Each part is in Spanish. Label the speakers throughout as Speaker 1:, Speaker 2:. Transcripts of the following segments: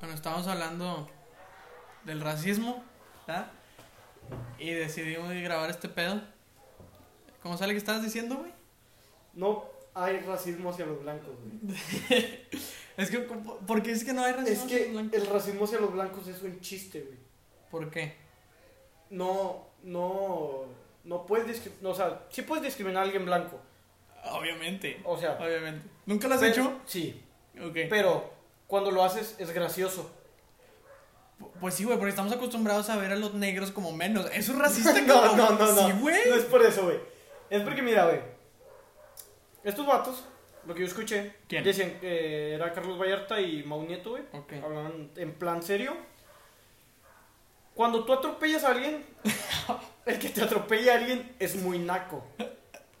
Speaker 1: Bueno, estábamos hablando del racismo, ¿verdad? Y decidimos grabar este pedo. ¿Cómo sale que estabas diciendo, güey?
Speaker 2: No hay racismo hacia los blancos, güey.
Speaker 1: Es que, ¿por qué es que no hay
Speaker 2: Es
Speaker 1: racismo?
Speaker 2: que
Speaker 1: blanco?
Speaker 2: el racismo hacia los blancos es un chiste, güey.
Speaker 1: ¿Por qué?
Speaker 2: No, no, no puedes discriminar, o sea, sí puedes discriminar a alguien blanco.
Speaker 1: Obviamente.
Speaker 2: O sea,
Speaker 1: Obviamente. ¿Nunca lo has
Speaker 2: pero-
Speaker 1: hecho?
Speaker 2: Sí,
Speaker 1: Ok.
Speaker 2: pero cuando lo haces es gracioso.
Speaker 1: Pues sí, güey, porque estamos acostumbrados a ver a los negros como menos. ¿Eso es racista?
Speaker 2: No,
Speaker 1: cabrón?
Speaker 2: no, no, no.
Speaker 1: Sí, güey.
Speaker 2: No es por eso, güey. Es porque, mira, güey. Estos vatos, lo que yo escuché,
Speaker 1: ¿Quién?
Speaker 2: decían que era Carlos Vallarta y Mau Nieto, güey.
Speaker 1: Ok.
Speaker 2: Hablaban en plan serio. Cuando tú atropellas a alguien, el que te atropella a alguien es muy naco.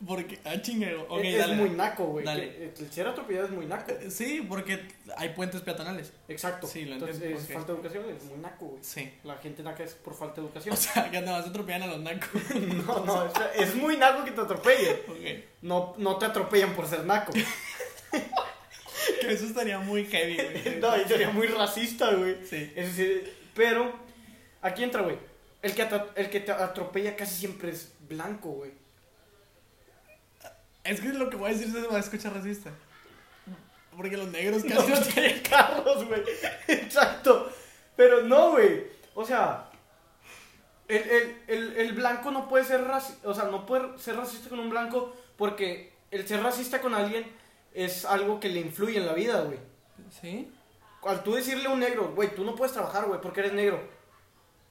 Speaker 1: Porque, ah, chingado. Ok,
Speaker 2: es, es
Speaker 1: dale.
Speaker 2: muy naco, güey.
Speaker 1: Dale.
Speaker 2: Que- El ser atropellado es muy naco.
Speaker 1: Sí, porque hay puentes peatonales.
Speaker 2: Exacto.
Speaker 1: Sí, lo
Speaker 2: Entonces
Speaker 1: entiendo,
Speaker 2: es
Speaker 1: ok.
Speaker 2: falta de educación, es muy naco, güey.
Speaker 1: Sí.
Speaker 2: La gente naca es por falta de
Speaker 1: O
Speaker 2: educación.
Speaker 1: sea, que nada más atropellan a los nacos.
Speaker 2: no, no, o sea, es muy naco que te atropelle.
Speaker 1: Ok.
Speaker 2: No, no te atropellan por ser naco.
Speaker 1: Que eso estaría muy heavy, güey.
Speaker 2: No, y sería muy racista, güey.
Speaker 1: Sí.
Speaker 2: Es decir, pero aquí entra, güey. El que, atra- el que te atropella casi siempre es blanco, güey.
Speaker 1: Es que lo que voy a decir se va a escuchar racista. Porque los negros casi no, tienen-
Speaker 2: Carros, güey. Exacto. Pero no, güey. O sea, el, el- el- el blanco no puede ser racista. O sea, no puede ser racista con un blanco porque el ser racista con alguien es algo que le influye en la vida, güey.
Speaker 1: ¿Sí?
Speaker 2: Al tú decirle a un negro, güey, tú no puedes trabajar, güey, porque eres negro.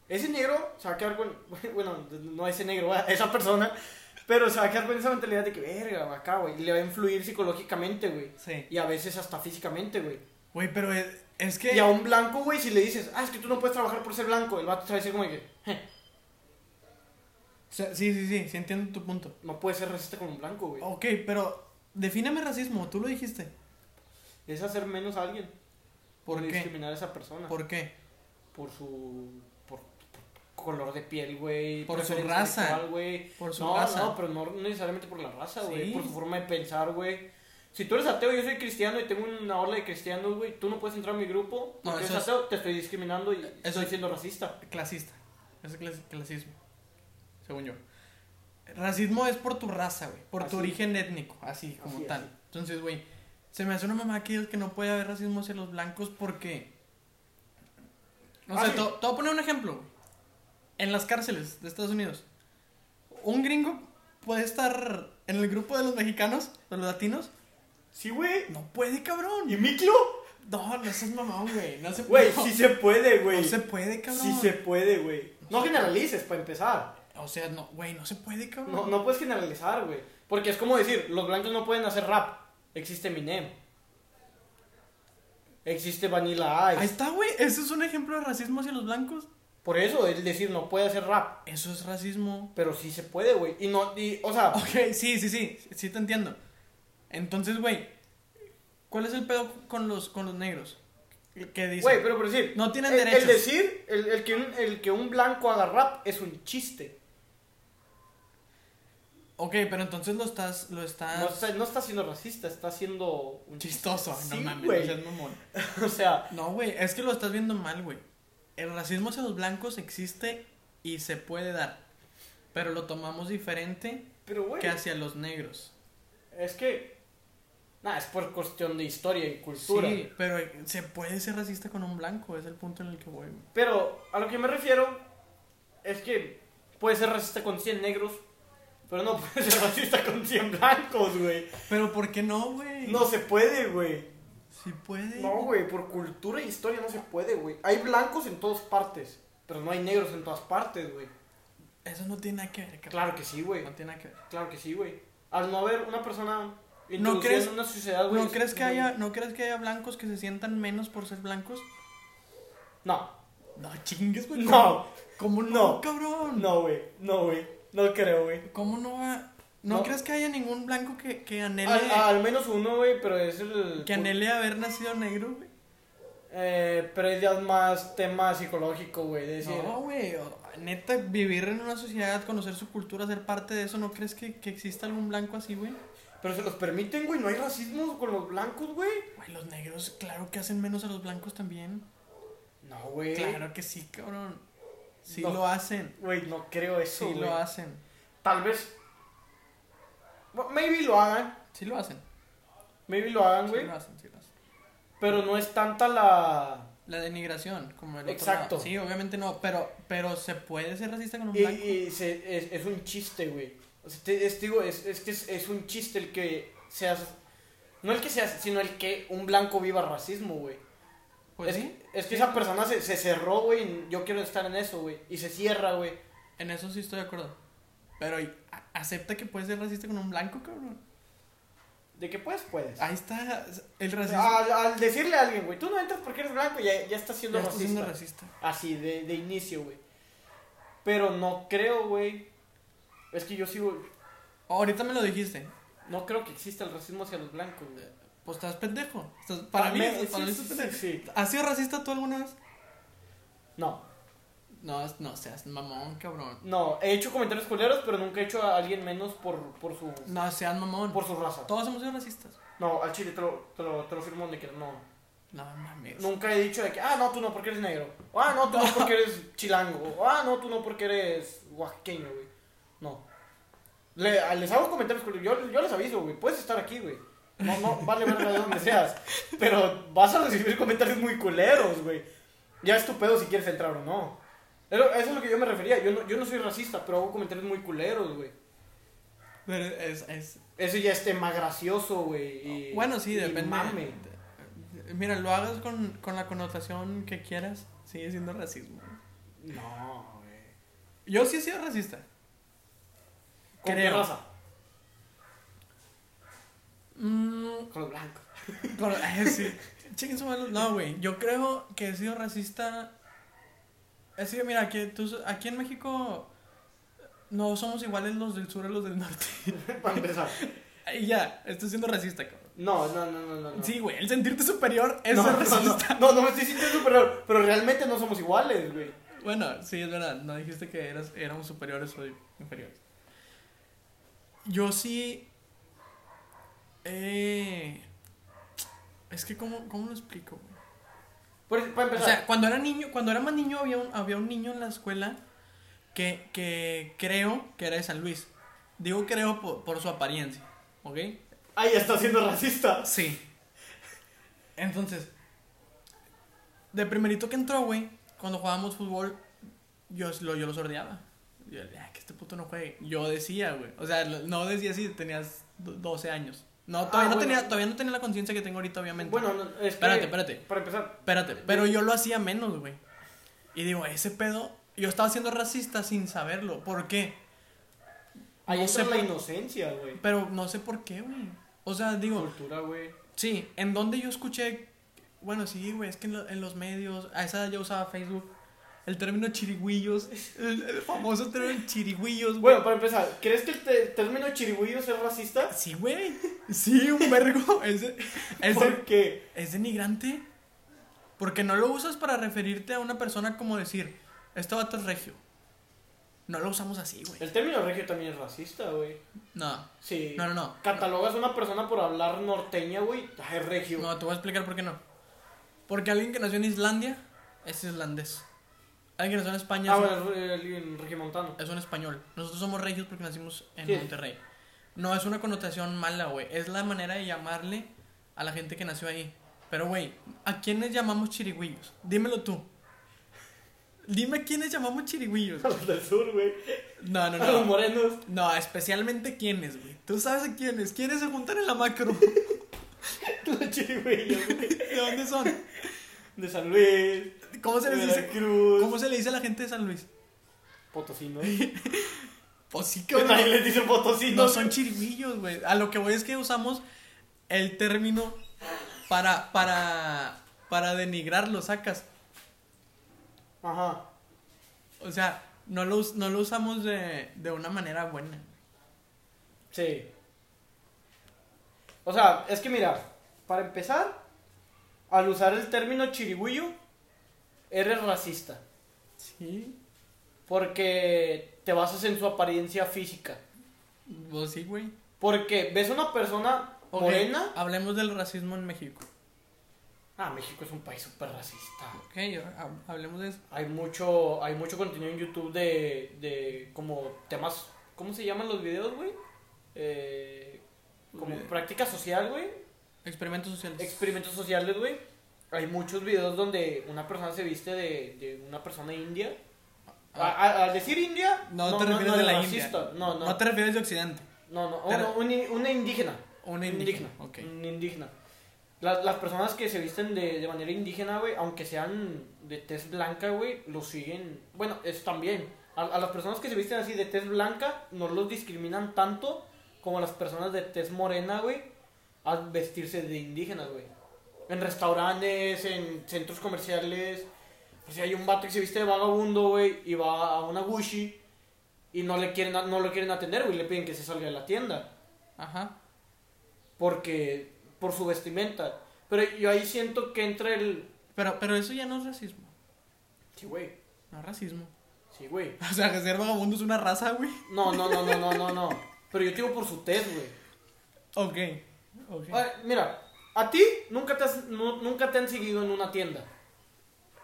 Speaker 2: Ese negro se va a quedar con. Bueno, no ese negro, va, esa persona. Pero se va a quedar con esa mentalidad de que, verga, acá, güey. Y le va a influir psicológicamente, güey.
Speaker 1: Sí.
Speaker 2: Y a veces hasta físicamente, güey.
Speaker 1: Güey, pero es, es que.
Speaker 2: Y a un blanco, güey, si le dices, ah, es que tú no puedes trabajar por ser blanco, el vato se va a decir como que, "Je,
Speaker 1: o sea, sí, sí, sí, sí, entiendo tu punto.
Speaker 2: no puedes ser racista con un blanco, güey.
Speaker 1: Ok, pero. Defíname racismo, tú lo dijiste.
Speaker 2: Es hacer menos a alguien.
Speaker 1: ¿Por qué?
Speaker 2: discriminar a esa persona. Por,
Speaker 1: ¿Por qué?
Speaker 2: su. Por, por color de piel, güey.
Speaker 1: Por su
Speaker 2: preferencia
Speaker 1: raza.
Speaker 2: sexual, güey.
Speaker 1: Por su
Speaker 2: no,
Speaker 1: raza.
Speaker 2: No, pero no necesariamente por la raza, güey.
Speaker 1: Sí.
Speaker 2: Por su forma de pensar, güey. Si tú eres ateo y yo soy cristiano y tengo una ola de cristianos, güey, tú no puedes entrar a mi grupo porque
Speaker 1: eso
Speaker 2: eres
Speaker 1: es-
Speaker 2: ateo, te estoy discriminando y estoy
Speaker 1: es-
Speaker 2: siendo racista.
Speaker 1: Clasista. Eso es clas- clasismo. Según yo. Racismo es por tu raza, güey. Por tu
Speaker 2: Así.
Speaker 1: origen étnico, así como
Speaker 2: Así,
Speaker 1: tal.
Speaker 2: así.
Speaker 1: Entonces, güey, se me hace una mamá que, que no puede haber racismo hacia los blancos porque. No sé,
Speaker 2: Así.
Speaker 1: te, te voy a poner un ejemplo. güey. En las cárceles de Estados Unidos, un gringo puede estar en el grupo de los mexicanos, de los latinos.
Speaker 2: Sí, güey.
Speaker 1: No puede, cabrón.
Speaker 2: ¿Y Miklo?
Speaker 1: No, no seas mamón, güey. No se
Speaker 2: Güey,
Speaker 1: no,
Speaker 2: sí se puede, güey.
Speaker 1: no se puede, cabrón.
Speaker 2: Sí se puede, güey. No generalices, para empezar.
Speaker 1: O sea, no, güey, no se puede, cabrón.
Speaker 2: No, no puedes generalizar, güey. Porque es como decir, los blancos no pueden hacer rap. Existe Eminem. Existe Vanilla
Speaker 1: Ahí
Speaker 2: Ice.
Speaker 1: está, güey. Ese es un ejemplo de racismo hacia los blancos.
Speaker 2: Por eso, es decir, no puede hacer rap.
Speaker 1: Eso es racismo.
Speaker 2: Pero sí se puede, güey. Y no, y, o sea,
Speaker 1: Ok, Oh, sí, sí, sí. Sí te entiendo. Entonces, güey, ¿cuál es el pedo con los, con los negros? ¿Qué dicen?
Speaker 2: güey, pero por decir.
Speaker 1: No tienen
Speaker 2: el, el
Speaker 1: derechos.
Speaker 2: decir, el, el que un, el que un blanco haga rap es un chiste.
Speaker 1: Ok, pero entonces lo estás, lo estás
Speaker 2: No está, no está siendo racista, está siendo un
Speaker 1: Ah. chistoso.
Speaker 2: Sí,
Speaker 1: no mames,
Speaker 2: güey.
Speaker 1: no seas mamón.
Speaker 2: O sea,
Speaker 1: No, güey, es que lo estás viendo mal, güey. El racismo hacia los blancos existe y se puede dar. Pero lo tomamos diferente
Speaker 2: pero güey.
Speaker 1: que hacia los negros.
Speaker 2: Es que. Nada, es por cuestión de historia y cultura.
Speaker 1: Sí, pero se puede ser racista con un blanco, es el punto en el que voy, güey.
Speaker 2: Pero a lo que me refiero es que puede ser racista con 100 negros, pero no puede ser racista con 100 blancos, güey.
Speaker 1: Pero ¿por qué no, güey?
Speaker 2: No se puede, güey.
Speaker 1: Si puede.
Speaker 2: No, güey, por cultura e historia no se puede, güey. Hay blancos en todas partes, pero no hay negros en todas partes, güey.
Speaker 1: Eso no tiene nada que ver, cabrón.
Speaker 2: Claro que sí, güey.
Speaker 1: No tiene nada que ver.
Speaker 2: Claro que sí, güey. Al no haber una persona
Speaker 1: ¿No
Speaker 2: introducida
Speaker 1: crees-
Speaker 2: en una sociedad, güey.
Speaker 1: ¿No
Speaker 2: es-
Speaker 1: crees, que haya, ¿No crees que haya blancos que se sientan menos por ser blancos?
Speaker 2: No,
Speaker 1: No, chingues, güey.
Speaker 2: No.
Speaker 1: ¿Cómo no,
Speaker 2: No.
Speaker 1: cabrón?
Speaker 2: no, güey. No, güey. No creo, güey.
Speaker 1: ¿Cómo no va? ¿No,
Speaker 2: No.
Speaker 1: crees que haya ningún blanco que, que anhele,
Speaker 2: Al, al menos uno, güey, pero es el.
Speaker 1: que anhele haber nacido negro, güey?
Speaker 2: Eh, pero es ya más tema psicológico, güey. de decir,
Speaker 1: No, güey. o- Neta, vivir en una sociedad, conocer su cultura, ser parte de eso, ¿no crees que, que exista algún blanco así, güey?
Speaker 2: Pero se los permiten, güey. No hay racismo con los blancos, güey.
Speaker 1: Güey, los negros, claro que hacen menos a los blancos también.
Speaker 2: No, güey.
Speaker 1: Claro que sí, cabrón. Sí
Speaker 2: No.
Speaker 1: lo hacen.
Speaker 2: Güey, no creo eso,
Speaker 1: Sí
Speaker 2: güey.
Speaker 1: lo hacen.
Speaker 2: Tal vez. Well, maybe lo hagan.
Speaker 1: Sí lo hacen.
Speaker 2: Maybe lo hagan,
Speaker 1: Sí
Speaker 2: Ah, güey.
Speaker 1: lo hacen, sí lo hacen.
Speaker 2: Pero no es tanta la.
Speaker 1: La denigración, como el otro
Speaker 2: Exacto.
Speaker 1: lado. Sí, obviamente no, pero, pero se puede ser racista con un
Speaker 2: Y,
Speaker 1: blanco.
Speaker 2: y se- es, es un chiste, güey. O sea, te- es, digo, es, es que es, es un chiste el que seas. No el que seas, sino el que un blanco viva racismo, güey.
Speaker 1: Pues
Speaker 2: es,
Speaker 1: sí,
Speaker 2: es que esa persona se, se cerró, güey. y Yo quiero estar en eso, güey. Y se cierra, güey.
Speaker 1: en eso sí estoy de acuerdo. Pero y- a- acepta que puedes ser racista con un blanco, cabrón.
Speaker 2: De que puedes, puedes.
Speaker 1: Ahí está el racismo.
Speaker 2: Al, al decirle a alguien, güey, tú no entras porque eres blanco, ya, ya estás siendo
Speaker 1: Ya estás
Speaker 2: racista.
Speaker 1: siendo racista.
Speaker 2: Así, de, de inicio, güey. Pero no creo, güey. Es que yo sigo.
Speaker 1: Ahorita me lo dijiste.
Speaker 2: No creo que exista el racismo hacia los blancos, güey.
Speaker 1: Pues estás pendejo. Estás- para mí, para
Speaker 2: También- Ah, sí,
Speaker 1: mí
Speaker 2: sí,
Speaker 1: estás pendejo.
Speaker 2: sí, sí.
Speaker 1: ¿Has sido racista tú alguna vez?
Speaker 2: No,
Speaker 1: No, no seas mamón, cabrón.
Speaker 2: no. He hecho comentarios culeros, pero nunca he hecho a alguien menos por, por su
Speaker 1: No seas mamón.
Speaker 2: por su raza.
Speaker 1: Todos hemos sido racistas.
Speaker 2: No, al chile te lo, te lo, te lo firmo de que no.
Speaker 1: No mames.
Speaker 2: Nunca he dicho de que, ah, no, tú no porque eres negro. O, ah, no, tú no porque eres chilango. O, ah, no, tú no porque eres oaxaqueño, güey. No. Le- a- les hago comentarios, culeros. yo, yo les aviso, güey. Puedes estar aquí, güey. No, no, vale verga de donde seas. Pero vas a recibir comentarios muy culeros, güey. Ya es tu pedo si quieres entrar o no. Pero Eso es lo que yo me refería. Yo no, yo no soy racista, pero hago comentarios muy culeros, güey.
Speaker 1: Pero es, es-
Speaker 2: Eso ya es tema gracioso, güey. y-
Speaker 1: Bueno, sí,
Speaker 2: Eh, y
Speaker 1: depende.
Speaker 2: Mame.
Speaker 1: Mira, lo hagas con, con la connotación que quieras. Sigue siendo racismo.
Speaker 2: No, güey.
Speaker 1: Yo sí he sido racista.
Speaker 2: ¿Con qué
Speaker 1: Creo.
Speaker 2: raza?
Speaker 1: Mm,
Speaker 2: Con los blancos.
Speaker 1: con- eh, sí. Chiquen su madre. No, güey. Yo creo que he sido racista. Es que, mira, aquí, tú- aquí en México no somos iguales los del sur a los del norte.
Speaker 2: Para empezar.
Speaker 1: Y ya, estoy siendo racista, cabrón.
Speaker 2: No, no, no, no, no. no.
Speaker 1: Sí, güey, el sentirte superior es
Speaker 2: no,
Speaker 1: ser
Speaker 2: no,
Speaker 1: racista.
Speaker 2: No, no, no me estoy sintiendo superior, pero realmente no somos iguales, güey.
Speaker 1: Bueno, sí, es verdad. No dijiste que eras, éramos superiores o inferiores. Yo sí. Eh, es que, ¿cómo, cómo lo explico, güey?
Speaker 2: Por- para
Speaker 1: O
Speaker 2: empezar.
Speaker 1: sea, cuando era niño, cuando era más niño había un, había un niño en la escuela que, que creo que era de San Luis. Digo creo por, por su apariencia, ¿ok?
Speaker 2: ahí está siendo racista.
Speaker 1: Sí. Entonces, de primerito que entró, güey, cuando jugábamos fútbol, yo lo, yo los ordeaba. Yo, "Ah, que este puto no juegue. Yo decía, güey. O sea, lo- no decía si tenías do- 12 años. No, todavía,
Speaker 2: Ah,
Speaker 1: no,
Speaker 2: bueno.
Speaker 1: tenía, todavía no tenía la conciencia que tengo ahorita, obviamente.
Speaker 2: Bueno, no, es que-
Speaker 1: Espérate, espérate.
Speaker 2: Para empezar.
Speaker 1: Espérate, pero yo lo hacía menos, güey. Y digo, ese pedo, yo estaba siendo racista sin saberlo. ¿Por qué?
Speaker 2: Ahí
Speaker 1: No sé
Speaker 2: entra la
Speaker 1: por-
Speaker 2: inocencia, güey.
Speaker 1: Pero no sé por qué, güey. O sea, digo,
Speaker 2: Cultura, güey.
Speaker 1: sí, en donde yo escuché, bueno, sí, güey, es que en, lo- en los medios, a esa edad yo usaba Facebook, el término chirigüillos, el, el famoso término chirigüillos, güey.
Speaker 2: Bueno, para empezar, ¿crees que el te- término chirigüillos es racista?
Speaker 1: Sí, güey. Sí, un vergo. Es, es,
Speaker 2: ¿Por qué?
Speaker 1: es denigrante. Porque no lo usas para referirte a una persona como decir, este vato es regio. No lo usamos así, güey.
Speaker 2: El término regio también es racista, güey.
Speaker 1: No,
Speaker 2: Sí.
Speaker 1: no, no, no.
Speaker 2: Catalogas a una persona por hablar norteña, güey. Ah, es regio.
Speaker 1: No, te voy a explicar por qué no. Porque alguien que nació en Islandia es islandés. Alguien que nació en España
Speaker 2: ah,
Speaker 1: es, un-
Speaker 2: bueno, el, el, el regiomontano.
Speaker 1: es un español. Nosotros somos regios porque nacimos en
Speaker 2: Sí.
Speaker 1: Monterrey. No es una connotación mala, güey. Es la manera de llamarle a la gente que nació ahí. Pero, güey, ¿a quiénes llamamos chirigüillos? Dímelo tú. Dime a quiénes llamamos chirigüillos.
Speaker 2: A los del sur, güey.
Speaker 1: No, no,
Speaker 2: A los
Speaker 1: no.
Speaker 2: morenos.
Speaker 1: No, especialmente quiénes, güey. Tú sabes a quiénes. ¿Quiénes se juntan en la macro?
Speaker 2: Los chirigüillos, güey.
Speaker 1: ¿De dónde son?
Speaker 2: De San Luis.
Speaker 1: ¿Cómo se les dice?
Speaker 2: Cruz.
Speaker 1: ¿Cómo se le dice a la gente de San Luis?
Speaker 2: Potosino.
Speaker 1: Pues sí,
Speaker 2: Que
Speaker 1: cabrón.
Speaker 2: nadie les dice potosino.
Speaker 1: No son chiriguillos, güey. A lo que voy es que usamos el término para, para, para denigrarlo, sacas.
Speaker 2: Ajá.
Speaker 1: O sea, no lo, us- no lo usamos de, de una manera buena.
Speaker 2: Sí. O sea, es que mira, para empezar, al usar el término chirigüillo, eres racista.
Speaker 1: Sí.
Speaker 2: Porque te basas en su apariencia física.
Speaker 1: Pues sí, güey.
Speaker 2: Porque ves a una persona
Speaker 1: Ok,
Speaker 2: morena.
Speaker 1: Hablemos del racismo en México.
Speaker 2: Ah, México es un país súper racista.
Speaker 1: Ok, ha- hablemos de eso.
Speaker 2: Hay mucho, hay mucho contenido en YouTube de, de como temas, ¿cómo se llaman los videos, güey? Eh, como
Speaker 1: Video.
Speaker 2: práctica social, güey.
Speaker 1: Experimentos sociales.
Speaker 2: Experimentos sociales, güey. Hay muchos videos donde una persona se viste de, de una persona india. A-
Speaker 1: Ah,
Speaker 2: a- Al decir india,
Speaker 1: no, te refieres de
Speaker 2: de
Speaker 1: la
Speaker 2: racista.
Speaker 1: India.
Speaker 2: No, no,
Speaker 1: te refieres de Occidente.
Speaker 2: no, no,
Speaker 1: te-
Speaker 2: no, un in- una indígena.
Speaker 1: Una indígena.
Speaker 2: indígena. Mm.
Speaker 1: Ok.
Speaker 2: Un indígena. Las, las personas que se visten de, de manera indígena, güey, aunque sean de tez blanca, güey, los siguen. Bueno, es también. A, a las personas que se visten así de tez blanca, no los discriminan tanto como a las personas de tez morena, güey, al vestirse de indígenas, güey. En restaurantes, en centros comerciales. O sea, hay un vato que se viste de vagabundo, güey, y va a una Gucci y no, le quieren, a- no lo quieren atender, güey, le piden que se salga de la tienda
Speaker 1: Ajá.
Speaker 2: porque por su vestimenta. Pero yo ahí siento que entra el
Speaker 1: Pero, pero eso ya no es racismo.
Speaker 2: sí, güey.
Speaker 1: No es racismo.
Speaker 2: Sí, güey.
Speaker 1: O sea, que ser vagabundo es una raza, güey.
Speaker 2: No, no, no, no, no, no, no. Pero yo te digo por su tez, güey.
Speaker 1: Ok. Ok.
Speaker 2: Ah, Mira, a ti nunca te has- nu- nunca te han seguido en una tienda.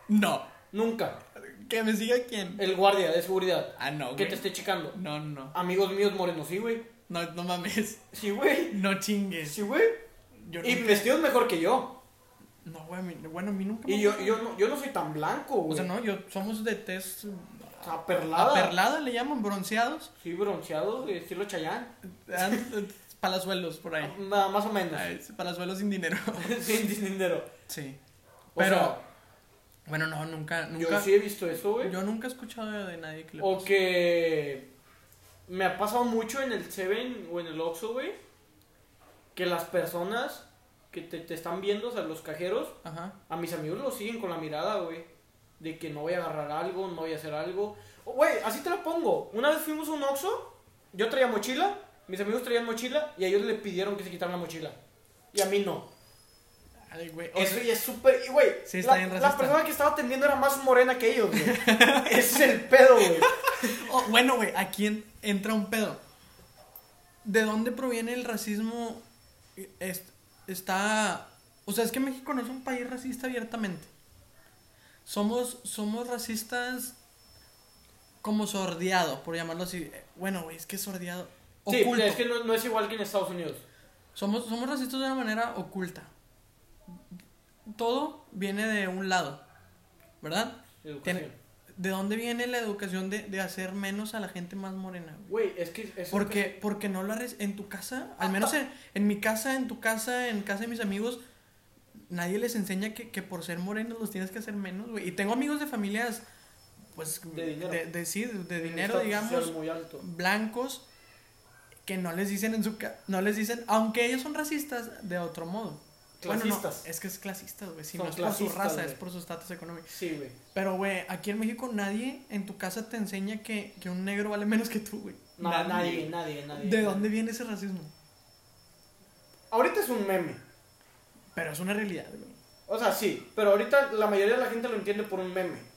Speaker 1: No.
Speaker 2: Nunca.
Speaker 1: ¿Que me siga quién?
Speaker 2: El guardia de seguridad
Speaker 1: Ah, no,
Speaker 2: que
Speaker 1: güey.
Speaker 2: te esté checando.
Speaker 1: No, no.
Speaker 2: Amigos míos morenos, sí, güey.
Speaker 1: No, no mames.
Speaker 2: Sí, güey.
Speaker 1: No chingues.
Speaker 2: Sí, güey.
Speaker 1: Yo
Speaker 2: Y
Speaker 1: nunca-
Speaker 2: vestidos mejor que yo.
Speaker 1: No, güey, a mí- bueno, a mí nunca me
Speaker 2: Y yo,
Speaker 1: gustó.
Speaker 2: yo, no, yo no soy tan blanco, güey.
Speaker 1: O sea, no, yo somos de test
Speaker 2: O sea, perlada.
Speaker 1: aperlada, le llaman bronceados.
Speaker 2: Sí, bronceado, güey, estilo Chayán.
Speaker 1: Dan- palazuelos por ahí.
Speaker 2: Nada más o menos.
Speaker 1: Ay, Palazuelos sin dinero.
Speaker 2: Sin dinero.
Speaker 1: Sí.
Speaker 2: O
Speaker 1: Pero
Speaker 2: sea,
Speaker 1: bueno, no, nunca
Speaker 2: Yo
Speaker 1: nunca
Speaker 2: sí he visto eso, güey.
Speaker 1: yo nunca he escuchado de, de nadie que le
Speaker 2: O
Speaker 1: pase.
Speaker 2: que me ha pasado mucho en el Seven o en el Oxxo, güey, que las personas que te, te están viendo, o sea, los cajeros,
Speaker 1: Ajá.
Speaker 2: a mis amigos los siguen con la mirada, güey, de que no voy a agarrar algo, no voy a hacer algo. O, Güey, así te la pongo. Una vez fuimos a un Oxxo, yo traía mochila, mis amigos traían mochila y a ellos le pidieron que se quitaran la mochila. Y a mí no.
Speaker 1: Ay, güey. o
Speaker 2: Eso
Speaker 1: sea,
Speaker 2: ya es súper. y, Güey,
Speaker 1: Sí, está
Speaker 2: la,
Speaker 1: bien
Speaker 2: la
Speaker 1: racista.
Speaker 2: persona que estaba atendiendo era más morena que ellos, güey. Ese es el pedo, güey.
Speaker 1: oh, bueno, güey, aquí en- entra un pedo. ¿De dónde proviene el racismo? Es- está o sea, es que México no es un país racista abiertamente. Somos somos racistas como sordeado, por llamarlo así. Eh, Bueno, güey, es que sordeado
Speaker 2: Sí,
Speaker 1: oculto.
Speaker 2: es que no, no es igual que en Estados Unidos.
Speaker 1: Somos, somos racistas de una manera oculta. Todo viene de un lado, ¿verdad?
Speaker 2: Educación.
Speaker 1: Tiene- ¿De dónde viene la educación de, de hacer menos a la gente más morena? güey?
Speaker 2: Güey, es que es
Speaker 1: Porque, porque no la res- en tu casa, al menos en, en mi casa, en tu casa, en casa de mis amigos, nadie les enseña que, que por ser morenos los tienes que hacer menos, güey. Y tengo amigos de familias, pues,
Speaker 2: De dinero.
Speaker 1: de, de- sí, de- de
Speaker 2: un
Speaker 1: dinero,
Speaker 2: estatus social
Speaker 1: digamos,
Speaker 2: muy alto.
Speaker 1: blancos que no les dicen en su ca- no les dicen aunque ellos son racistas de otro modo Bueno, no,
Speaker 2: Clasistas.
Speaker 1: es que es clasista güey si
Speaker 2: Son
Speaker 1: no es por su
Speaker 2: clasistas,
Speaker 1: raza es
Speaker 2: güey.
Speaker 1: por su estatus económico
Speaker 2: Sí, güey.
Speaker 1: pero güey aquí en México nadie en tu casa te enseña que, que un negro vale menos que tú güey
Speaker 2: No, nadie, nadie, nadie,
Speaker 1: de dónde viene ese racismo
Speaker 2: Ahorita es un meme.
Speaker 1: pero es una realidad güey
Speaker 2: O sea, sí, pero ahorita la mayoría de la gente lo entiende por un meme.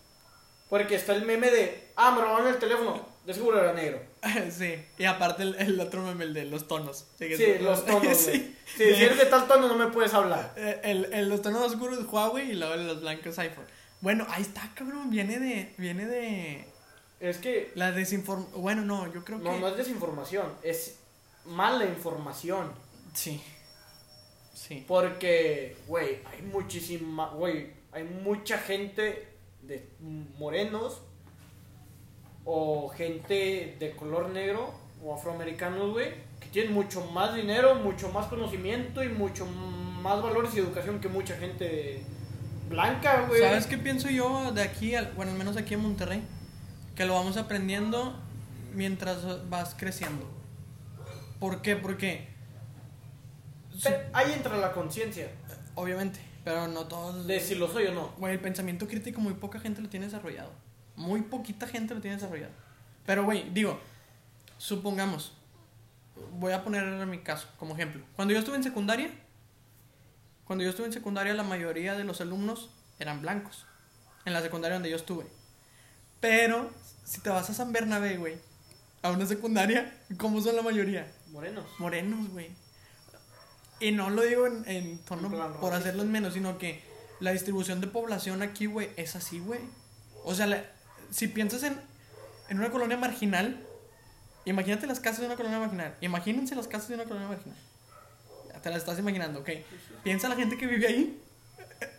Speaker 2: Porque está el meme de, ah, me robaron el teléfono, de seguro era negro.
Speaker 1: sí y aparte el, el otro meme el de los tonos que
Speaker 2: Sí,
Speaker 1: es-
Speaker 2: los tonos, güey.
Speaker 1: sí.
Speaker 2: Sí, si eres de tal tono no me puedes hablar.
Speaker 1: Eh, El, el- los tonos oscuros Huawei y luego los blancos iPhone bueno ahí está cabrón viene de viene de
Speaker 2: Es que,
Speaker 1: La desinform... Bueno, no, yo creo
Speaker 2: no,
Speaker 1: que...
Speaker 2: no es desinformación, es mala información.
Speaker 1: Sí. Sí.
Speaker 2: Porque, güey, hay muchísima, güey, hay mucha gente de morenos o gente de color negro o afroamericanos, güey, que tienen mucho más dinero, mucho más conocimiento y mucho más valores y educación que mucha gente blanca, güey.
Speaker 1: ¿Sabes qué pienso yo de aquí, al- bueno, al menos aquí en Monterrey? Que lo vamos aprendiendo mientras vas creciendo. ¿Por qué? Porque,
Speaker 2: Pe- ahí entra la conciencia
Speaker 1: obviamente, pero no todos...
Speaker 2: de si lo soy o no.
Speaker 1: Güey, el pensamiento crítico muy poca gente lo tiene desarrollado. Muy poquita gente lo tiene desarrollado. Pero, güey, digo, supongamos, voy a poner en mi caso como ejemplo. Cuando yo estuve en secundaria, cuando yo estuve en secundaria la mayoría de los alumnos eran blancos. En la secundaria donde yo estuve. Pero, si te vas a San Bernabé, güey, a una secundaria, ¿cómo son la mayoría?
Speaker 2: Morenos.
Speaker 1: morenos, güey. Y no lo digo en, en tono
Speaker 2: En plan
Speaker 1: por
Speaker 2: racista.
Speaker 1: hacerlos menos, sino que la distribución de población aquí, güey, es así, güey. O sea, la- si piensas en, en una colonia marginal, imagínate las casas de una colonia marginal. Imagínense las casas de una colonia marginal. Ya Te las estás imaginando, ok. Piensa la gente que vive ahí.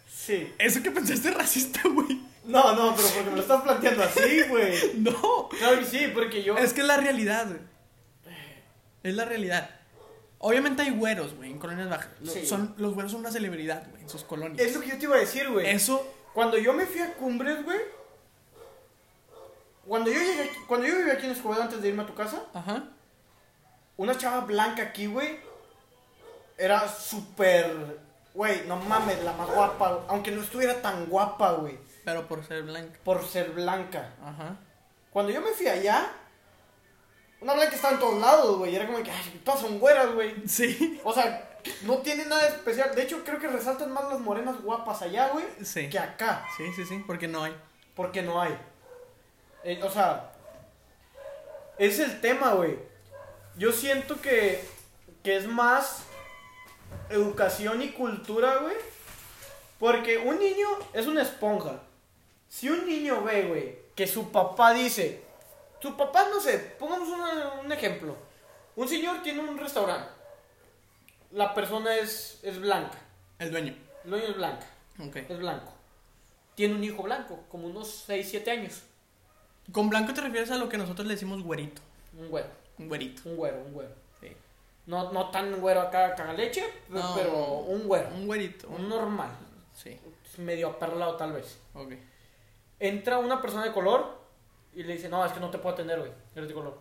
Speaker 2: Sí.
Speaker 1: Eso que pensaste es racista, güey.
Speaker 2: No, no, pero porque me lo estás planteando así, güey.
Speaker 1: No.
Speaker 2: Claro que sí, porque yo.
Speaker 1: Es que es la realidad, güey. Es la realidad. Obviamente hay güeros, güey, en colonias bajas. Lo-
Speaker 2: Sí.
Speaker 1: Son, los güeros son una celebridad, güey, en sus colonias.
Speaker 2: Es lo que yo te iba a decir, güey.
Speaker 1: Eso,
Speaker 2: Cuando yo me fui a Cumbres, güey. Cuando yo llegué aquí- cuando yo vivía aquí en Escobedo antes de irme a tu casa,
Speaker 1: ajá.
Speaker 2: una chava blanca aquí, güey, era súper, güey, no mames, la más guapa, aunque no estuviera tan guapa, güey,
Speaker 1: Pero por ser blanca.
Speaker 2: por ser blanca.
Speaker 1: Ajá.
Speaker 2: Cuando yo me fui allá, una blanca estaba en todos lados, güey, y era como que, ay, todas son güeras, güey.
Speaker 1: Sí.
Speaker 2: O sea, no tiene nada de especial. De hecho, creo que resaltan más las morenas guapas allá, güey,
Speaker 1: Sí.
Speaker 2: que acá.
Speaker 1: Sí, sí, sí. Porque no hay.
Speaker 2: Porque no hay. Eh, o sea, es el tema, güey. Yo siento que, que es más educación y cultura, güey. Porque un niño es una esponja. Si un niño ve, güey, que su papá dice, su papá, no sé, pongamos una- un ejemplo. Un señor tiene un restaurante. La persona es, es blanca.
Speaker 1: El dueño.
Speaker 2: El dueño es blanca
Speaker 1: Ok.
Speaker 2: es blanco. Tiene un hijo blanco, como unos 6, 7 años.
Speaker 1: Con blanco te refieres a lo que nosotros le decimos güerito.
Speaker 2: Un güero,
Speaker 1: Un güerito.
Speaker 2: un güero, un güero.
Speaker 1: Sí.
Speaker 2: No, no tan güero acá, acá leche, pe-
Speaker 1: No.
Speaker 2: pero un güero.
Speaker 1: Un güerito.
Speaker 2: Un
Speaker 1: un-
Speaker 2: normal,
Speaker 1: Sí.
Speaker 2: medio aperlado tal vez.
Speaker 1: Ok.
Speaker 2: Entra una persona de color y le dice, no, es que no te puedo atender, güey, eres de color.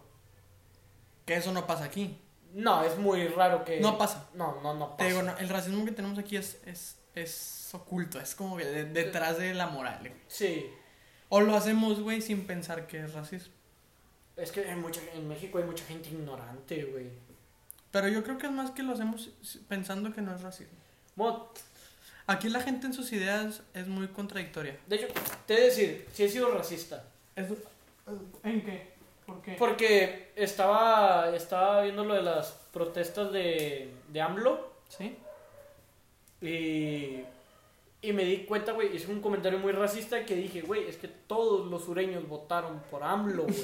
Speaker 1: Que eso no pasa aquí.
Speaker 2: No, es muy raro que...
Speaker 1: No pasa.
Speaker 2: No, no, no
Speaker 1: Te
Speaker 2: pasa.
Speaker 1: digo, no, el racismo que tenemos aquí es, es, es oculto. Es como que de- detrás de la moral, güey.
Speaker 2: Sí,
Speaker 1: O lo hacemos, güey, sin pensar que es racismo.
Speaker 2: es que hay mucha- en México hay mucha gente ignorante, güey.
Speaker 1: Pero yo creo que es más que lo hacemos s- pensando que no es racismo.
Speaker 2: Bueno,
Speaker 1: Aquí la gente en sus ideas es muy contradictoria. eh,
Speaker 2: de hecho, te he de decir, sí he sido racista.
Speaker 1: ¿En qué? ¿Por qué?
Speaker 2: Porque estaba, estaba viendo lo de las protestas de, de AMLO
Speaker 1: ¿Sí?
Speaker 2: y, y me di cuenta, güey, hice un comentario muy racista que dije, güey, es que todos los sureños votaron por AMLO, güey.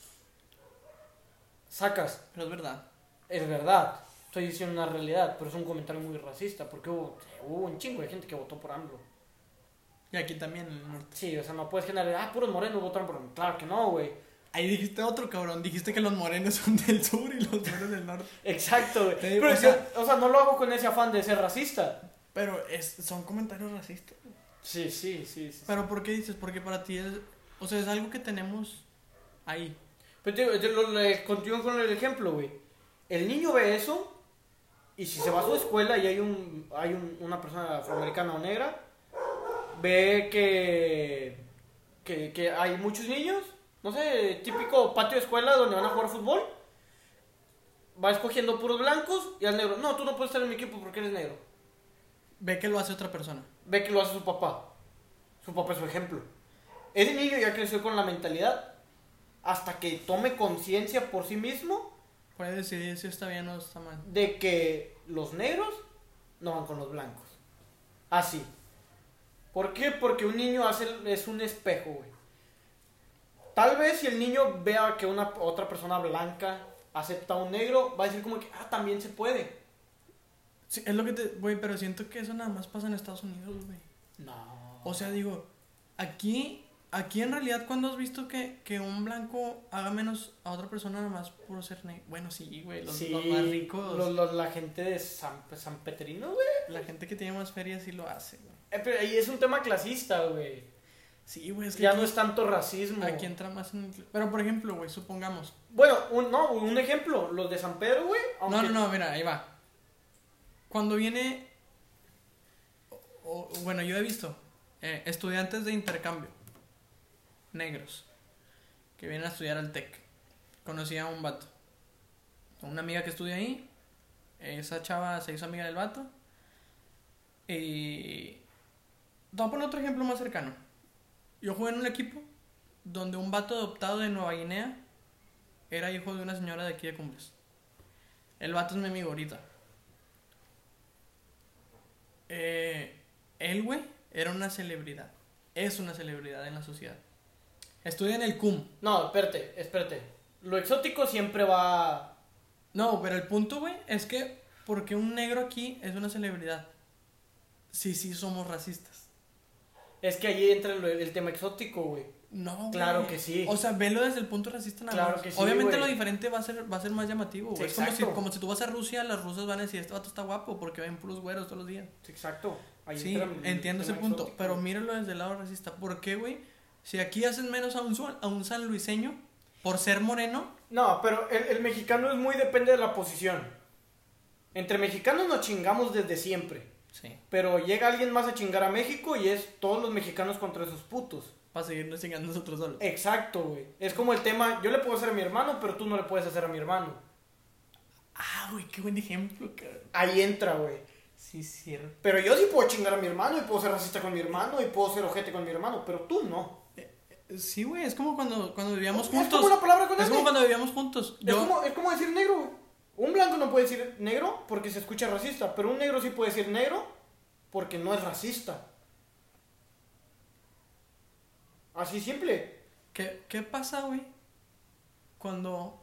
Speaker 2: Sacas,
Speaker 1: Pero es verdad.
Speaker 2: es verdad, estoy diciendo una realidad, pero es un comentario muy racista porque hubo, hubo un chingo de gente que votó por AMLO.
Speaker 1: Y aquí también en el norte.
Speaker 2: Sí, o sea, no puedes generar, ah, puros morenos votaron por AMLO. Claro que no, güey.
Speaker 1: Ahí dijiste otro cabrón. Dijiste que los morenos son del sur y los morenos del norte.
Speaker 2: Exacto, güey.
Speaker 1: Te digo,
Speaker 2: Pero
Speaker 1: o
Speaker 2: yo-
Speaker 1: sea-
Speaker 2: o sea, no lo hago con ese afán de ser racista.
Speaker 1: Pero es, son comentarios racistas.
Speaker 2: Sí, sí, sí. sí.
Speaker 1: Pero ¿por qué dices? Porque para ti es. O sea, es algo que tenemos ahí.
Speaker 2: Pero Pues te digo, yo lo- le- continúo con el ejemplo, güey. El niño ve eso y si se va a su escuela y hay, un, hay un- una persona afroamericana o negra, ve que, que, que hay muchos niños, no sé, típico patio de escuela donde van a jugar fútbol, va escogiendo puros blancos y al negro, no, tú no puedes estar en mi equipo porque eres negro.
Speaker 1: Ve que lo hace otra persona.
Speaker 2: ve que lo hace su papá. Su papá es su ejemplo. Ese niño ya creció con la mentalidad hasta que tome conciencia por sí mismo
Speaker 1: Puede decidir si está bien o está mal.
Speaker 2: de que los negros no van con los blancos. Así. ¿Por qué? Porque un niño hace, es un espejo, güey. Tal vez si el niño vea que una otra persona blanca acepta a un negro, va a decir como que, ah, también se puede.
Speaker 1: Sí, es lo que te. Güey, pero siento que eso nada más pasa en Estados Unidos, güey.
Speaker 2: No.
Speaker 1: O sea, digo, aquí, aquí en realidad, cuando has visto que, que un blanco haga menos a otra persona nada más por ser negro? Bueno, sí, güey, los,
Speaker 2: Sí,
Speaker 1: los más ricos,
Speaker 2: los- los- la gente de San, San Petrino, güey.
Speaker 1: la gente que tiene más ferias sí lo hace, güey.
Speaker 2: Eh, pero ahí es un tema clasista, güey.
Speaker 1: Sí, güey, es que
Speaker 2: ya
Speaker 1: aquí,
Speaker 2: no es tanto racismo.
Speaker 1: aquí entra más en el... Pero, por ejemplo, güey, supongamos...
Speaker 2: Bueno, un, no, un ejemplo, los de San Pedro, güey. aunque-
Speaker 1: No, no, no, mira, ahí va. Cuando viene... o- o- bueno, yo he visto eh, estudiantes de intercambio, negros, que vienen a estudiar al TEC. Conocí a un vato. Una amiga que estudia ahí. Esa chava se hizo amiga del vato. Y... Te voy a poner otro ejemplo más cercano. Yo jugué en un equipo donde un vato adoptado de Nueva Guinea era hijo de una señora de aquí de Cumbres. El vato es mi amigo ahorita. Eh, él, güey, era una celebridad. Es una celebridad en la sociedad. Estudia en el CUM.
Speaker 2: No, espérate, espérate. Lo exótico siempre va.
Speaker 1: No, pero el punto, güey, es que porque un negro aquí es una celebridad. Sí, sí, somos racistas.
Speaker 2: Es que ahí entra el, el tema exótico, güey.
Speaker 1: No, güey.
Speaker 2: Claro que sí.
Speaker 1: O sea, velo desde el punto racista nada
Speaker 2: Claro
Speaker 1: más.
Speaker 2: que sí,
Speaker 1: Obviamente
Speaker 2: güey.
Speaker 1: lo diferente va a ser, va a ser más llamativo, güey.
Speaker 2: Sí,
Speaker 1: es como si,
Speaker 2: exacto.
Speaker 1: como si tú vas a Rusia, las rusas van a decir, este vato está guapo porque ven puros güeros todos los días.
Speaker 2: Exacto. Ahí
Speaker 1: sí,
Speaker 2: entra el- el
Speaker 1: entiendo ese
Speaker 2: tema
Speaker 1: punto,
Speaker 2: exótico.
Speaker 1: pero míralo desde el lado racista. ¿Por qué, güey? Si aquí hacen menos a un, su- a un sanluiseño por ser moreno,
Speaker 2: No, pero el, el mexicano es muy depende de la posición. Entre mexicanos nos chingamos desde siempre.
Speaker 1: sí,
Speaker 2: Pero llega alguien más a chingar a México y es todos los mexicanos contra esos putos.
Speaker 1: para seguirnos chingando nosotros solos.
Speaker 2: Exacto, güey. Es como el tema, yo le puedo hacer a mi hermano, pero tú no le puedes hacer a mi hermano.
Speaker 1: Ah, güey, qué buen ejemplo, cabrón.
Speaker 2: Ahí entra, güey.
Speaker 1: Sí, cierto.
Speaker 2: Pero yo sí puedo chingar a mi hermano y puedo ser racista con mi hermano y puedo ser ojete con mi hermano, pero tú no.
Speaker 1: Sí, güey, es como cuando, cuando vivíamos
Speaker 2: Es
Speaker 1: juntos.
Speaker 2: como una palabra con
Speaker 1: Es como
Speaker 2: ese.
Speaker 1: cuando vivíamos juntos.
Speaker 2: Es
Speaker 1: Yo,
Speaker 2: como, es como decir negro, güey. Un blanco no puede decir negro porque se escucha racista, pero un negro sí puede decir negro porque no es racista. Así simple.
Speaker 1: ¿qué, ¿Qué pasa, güey? Cuando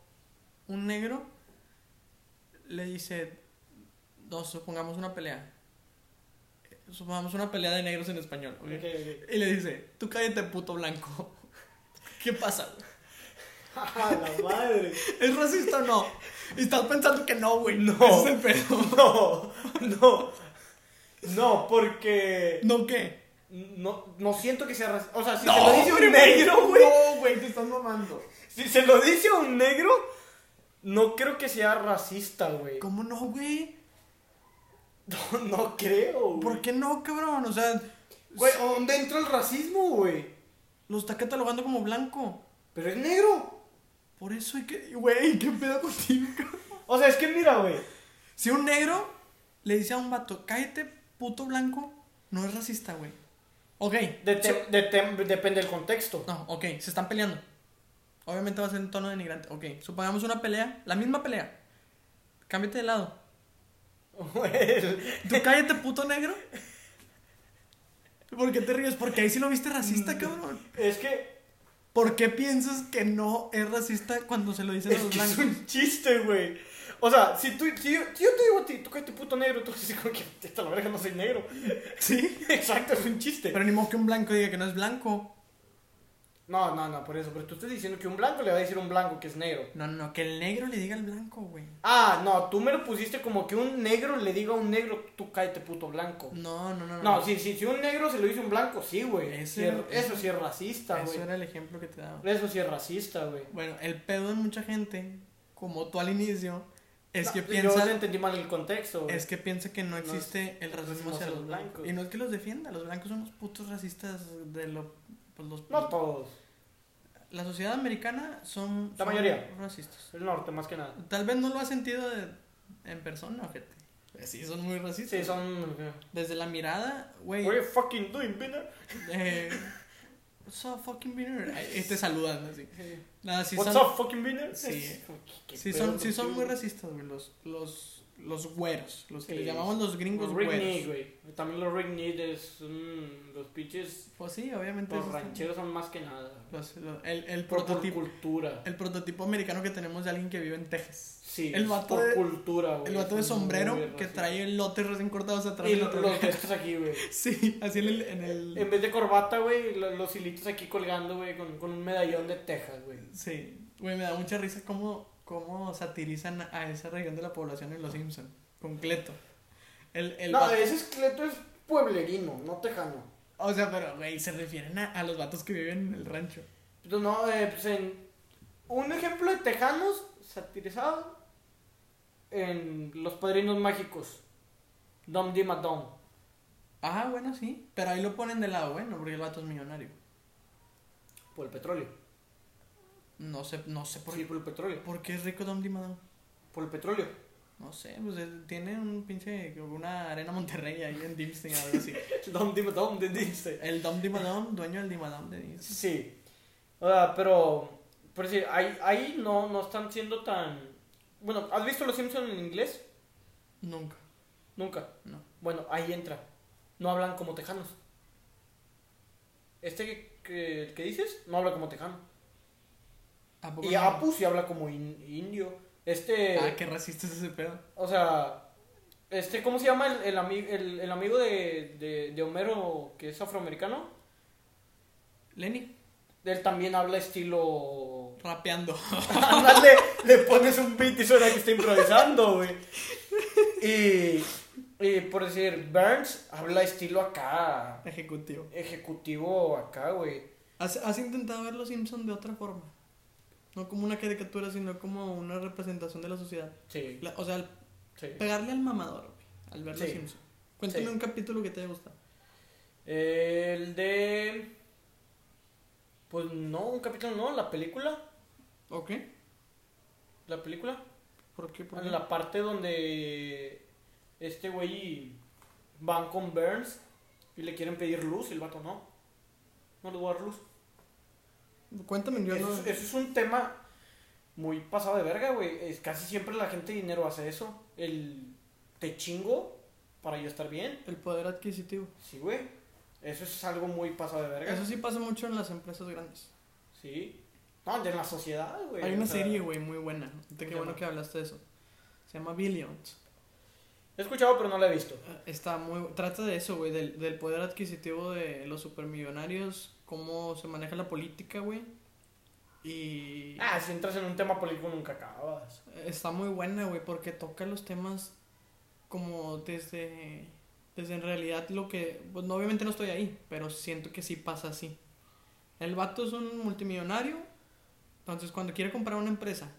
Speaker 1: un negro le dice, no, supongamos una pelea. Supongamos una pelea de negros en español, ¿ok? Y le dice, tú cállate, puto blanco. ¿Qué pasa?
Speaker 2: ¡A la madre!
Speaker 1: ¿Es racista o no? Y estás pensando que no, güey. No. Ese es el pedo.
Speaker 2: No, no. No, porque
Speaker 1: ¿No qué?
Speaker 2: no, no siento que sea racista. O sea, si
Speaker 1: No,
Speaker 2: se lo dice un
Speaker 1: hombre,
Speaker 2: negro, güey.
Speaker 1: No, güey, te estás mamando.
Speaker 2: Si se lo dice a un negro, no creo que sea racista, güey.
Speaker 1: ¿Cómo no, güey?
Speaker 2: No, no creo. güey.
Speaker 1: ¿Por qué no, cabrón? O sea,
Speaker 2: Güey, ¿a ¿dónde entra el racismo, güey?
Speaker 1: lo está catalogando como blanco.
Speaker 2: Pero es negro.
Speaker 1: Por eso hay que. Güey, ¿qué pedo contigo, cabrón?
Speaker 2: O sea, es que mira, güey.
Speaker 1: Si un negro le dice a un vato, cállate, puto blanco, no es racista, güey. Ok.
Speaker 2: de
Speaker 1: so-
Speaker 2: tem- de tem- depende del contexto.
Speaker 1: No, ok, se están peleando. Obviamente va a ser en tono denigrante. Ok, supongamos una pelea, la misma pelea. Cámbiate de lado.
Speaker 2: Güey.
Speaker 1: Tú cállate, puto negro. ¿Por qué te ríes? Porque ahí sí lo viste racista,
Speaker 2: Mm.
Speaker 1: cabrón.
Speaker 2: es que
Speaker 1: ¿Por qué piensas que no es racista cuando se lo dicen
Speaker 2: es,
Speaker 1: a los
Speaker 2: que es
Speaker 1: blancos?
Speaker 2: un chiste, güey. O sea, si, tú, si yo, si yo te digo a ti, tú cállate puto negro, tú dices como que esta la verga no soy negro.
Speaker 1: Sí.
Speaker 2: Exacto, es un chiste.
Speaker 1: Pero ni modo que un blanco diga que no es blanco.
Speaker 2: No, no, no, por eso. Pero tú estás diciendo que un blanco le va a decir a un blanco que es negro.
Speaker 1: No, no, no, que el negro le diga al blanco, güey.
Speaker 2: Ah, no, tú me lo pusiste como que un negro le diga a un negro, tú cállate puto blanco.
Speaker 1: No, no, no.
Speaker 2: No, si, si, si un negro se lo dice a un blanco, sí, güey.
Speaker 1: Ese-
Speaker 2: Sí, Eso, sí es racista,
Speaker 1: Eso
Speaker 2: güey.
Speaker 1: era el ejemplo que te daba.
Speaker 2: Eso sí es racista, güey.
Speaker 1: Bueno, el pedo en mucha gente, como tú al inicio, es
Speaker 2: No,
Speaker 1: que
Speaker 2: Yo
Speaker 1: piensa.
Speaker 2: le entendí mal el contexto, güey.
Speaker 1: Es que piensa que no
Speaker 2: No es-
Speaker 1: existe el racismo hacia los blancos. Y no es que los defienda, los blancos son los putos racistas de lo, pues los...
Speaker 2: No todos.
Speaker 1: La sociedad americana son...
Speaker 2: La
Speaker 1: son
Speaker 2: mayoría.
Speaker 1: Racistas.
Speaker 2: El norte, más que nada.
Speaker 1: Tal vez no lo has sentido de- en persona, gente. Sí, son muy racistas.
Speaker 2: Sí, son...
Speaker 1: Desde la mirada, güey...
Speaker 2: What are you fucking doing, Bina?
Speaker 1: Eh, what's up, fucking beer? Eh, te saludan así. Nada, sí
Speaker 2: What's
Speaker 1: son...
Speaker 2: up, fucking Bina?
Speaker 1: Sí. Sí son, sí son muy racistas, güey, los, los, los güeros, los que
Speaker 2: Sí.
Speaker 1: les llamamos los gringos
Speaker 2: Los Rickney,
Speaker 1: güeros.
Speaker 2: güey. También los Rickney son... Los pinches...
Speaker 1: Pues sí, obviamente.
Speaker 2: Los
Speaker 1: esos son-
Speaker 2: rancheros son más que nada.
Speaker 1: Los- lo- el, el
Speaker 2: Por, por
Speaker 1: prototipo
Speaker 2: cultura.
Speaker 1: el prototipo americano que tenemos de alguien que vive en Texas.
Speaker 2: Sí,
Speaker 1: el
Speaker 2: es
Speaker 1: vato
Speaker 2: por
Speaker 1: de-
Speaker 2: cultura, güey.
Speaker 1: El vato de
Speaker 2: Es muy
Speaker 1: sombrero que
Speaker 2: racista.
Speaker 1: trae lotes recién cortados atrás.
Speaker 2: Y
Speaker 1: del
Speaker 2: lo-
Speaker 1: otro.
Speaker 2: los de Em- estos aquí, güey.
Speaker 1: Sí, así en el... en el-
Speaker 2: En vez de corbata, güey, lo- los hilitos aquí colgando, güey, con, con un medallón de Texas, güey.
Speaker 1: Sí, güey, me da mucha risa cómo, cómo satirizan a esa región de la población en Los Simpson Completo. El, el
Speaker 2: No,
Speaker 1: vato-
Speaker 2: ese esqueleto es pueblerino, no tejano.
Speaker 1: O sea, pero, güey, se refieren a, a los vatos que viven en el rancho.
Speaker 2: Pero no, eh, pues en... Un ejemplo de tejanos satirizado en Los Padrinos Mágicos. Dom Dima Dom.
Speaker 1: Ah, bueno, sí. Pero ahí lo ponen de lado, bueno, porque el vato es millonario.
Speaker 2: Por el petróleo.
Speaker 1: No sé, no sé por
Speaker 2: Sí,
Speaker 1: qué.
Speaker 2: por el petróleo.
Speaker 1: ¿Por qué es rico Don Dimado?
Speaker 2: Por el petróleo.
Speaker 1: No sé, pues él tiene un pinche. una arena Monterrey ahí en Dipstein o algo así.
Speaker 2: Dom Dima Dom, ¿entendiste?
Speaker 1: El Dom Dimadom, dueño del Dimadom de Disney.
Speaker 2: Sí. O sea, pero. Por decir, ahí, ahí no, no están siendo tan. Bueno, ¿has visto Los Simpsons en inglés?
Speaker 1: Nunca,
Speaker 2: Nunca.
Speaker 1: no.
Speaker 2: Bueno, ahí entra. no hablan como tejanos. Este que, que, el que dices no habla como tejano.
Speaker 1: ¿A poco
Speaker 2: Y
Speaker 1: no?
Speaker 2: Apu sí habla como in- indio. Este.
Speaker 1: Ah, qué racista es ese pedo.
Speaker 2: O sea, este, ¿cómo se llama el, el, ami- el, el amigo de, de, de Homero que es afroamericano?
Speaker 1: Lenny,
Speaker 2: Él también habla estilo...
Speaker 1: rapeando.
Speaker 2: Ándale, le pones un beat y suena que está improvisando, güey. Y, y por decir, Burns habla estilo acá,
Speaker 1: Ejecutivo.
Speaker 2: ejecutivo acá, güey.
Speaker 1: ¿Has, has intentado ver los Simpsons de otra forma? No como una caricatura, sino como una representación de la sociedad.
Speaker 2: Sí,
Speaker 1: La- o sea, al-
Speaker 2: sí.
Speaker 1: pegarle al mamador güey, al ver los
Speaker 2: Sí.
Speaker 1: Simpsons. Cuéntame
Speaker 2: Sí.
Speaker 1: un capítulo que te haya gustado.
Speaker 2: El de... Pues no, un capítulo no, la película.
Speaker 1: ¿O qué?
Speaker 2: La película.
Speaker 1: ¿Por qué? ¿Por qué?
Speaker 2: En la parte donde este güey van con Burns y le quieren pedir luz y el vato no. No le voy a dar luz.
Speaker 1: Cuéntame, yo
Speaker 2: Eso,
Speaker 1: no...
Speaker 2: es- eso es un tema muy pasado de verga, güey. Es, casi siempre la gente de dinero hace eso. El te chingo para yo estar bien.
Speaker 1: El poder adquisitivo.
Speaker 2: Sí, güey. Eso es algo muy pasado de verga.
Speaker 1: Eso sí pasa mucho en las empresas grandes.
Speaker 2: Sí. No, de la sociedad, güey.
Speaker 1: Hay una
Speaker 2: o sea,
Speaker 1: serie, güey, muy buena. Te qué
Speaker 2: se
Speaker 1: bueno
Speaker 2: llama?
Speaker 1: que hablaste de eso. Se llama Billions.
Speaker 2: He escuchado, pero no la he visto.
Speaker 1: Ah, Está muy... Trata de eso, güey, del, del poder adquisitivo de los supermillonarios, cómo se maneja la política, güey. Y...
Speaker 2: Ah, si entras en un tema político nunca acabas.
Speaker 1: Está muy buena, güey, porque toca los temas como desde... Desde en realidad lo que... Pues no, obviamente no estoy ahí, pero siento que sí pasa así. El vato es un multimillonario, entonces cuando quiere comprar una empresa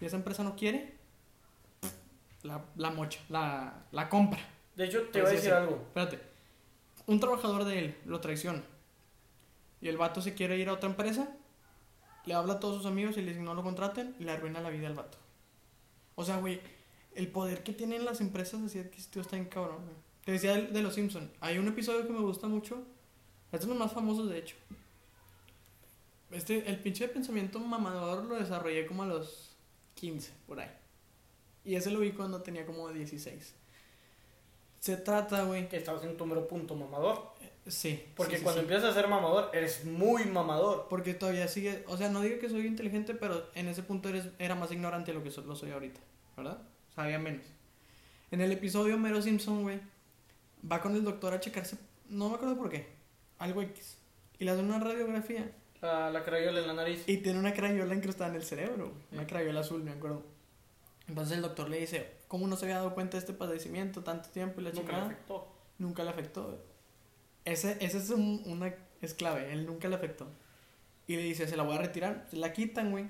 Speaker 1: y esa empresa no quiere, la, la mocha, la, la compra.
Speaker 2: De hecho,
Speaker 1: Por
Speaker 2: te voy a
Speaker 1: así
Speaker 2: decir
Speaker 1: decirlo.
Speaker 2: algo.
Speaker 1: Espérate. Un trabajador de él lo traiciona. Y el vato se quiere ir a otra empresa. Le habla a todos sus amigos y les dice no lo contraten. Y le arruina la vida al vato. O sea, güey, el poder que tienen las empresas así adquisitivo está en cabrón, güey. Te decía del- de los Simpsons. Hay un episodio que me gusta mucho. Este es uno de los más famosos, de hecho. Este, el pinche pensamiento mamador lo desarrollé como a los 15, por ahí. Y ese lo vi cuando tenía como 16. Se trata, güey,
Speaker 2: Que estabas en tu mero punto mamador.
Speaker 1: Sí.
Speaker 2: Porque
Speaker 1: sí, sí,
Speaker 2: cuando
Speaker 1: sí.
Speaker 2: empiezas a ser mamador, eres muy mamador.
Speaker 1: Porque todavía sigue. O sea, no digo que soy inteligente, pero en ese punto eres, era más ignorante de lo que so- lo soy ahorita. ¿Verdad? Sabía menos. En el episodio Mero Simpson, güey, va con el doctor a checarse. No me acuerdo por qué. Algo X. Y le hacen una radiografía.
Speaker 2: La, la crayola en la nariz.
Speaker 1: Y tiene una crayola incrustada en el cerebro, güey. Una
Speaker 2: Sí.
Speaker 1: crayola azul, me acuerdo. Entonces el doctor le dice: ¿Cómo no se había dado cuenta de este padecimiento tanto tiempo y la
Speaker 2: Nunca me
Speaker 1: chingada?
Speaker 2: afectó.
Speaker 1: Nunca le afectó. güey. Ese, ese es un- una es clave, él nunca le afectó. Y le dice, se la voy a retirar. Se la quitan, güey.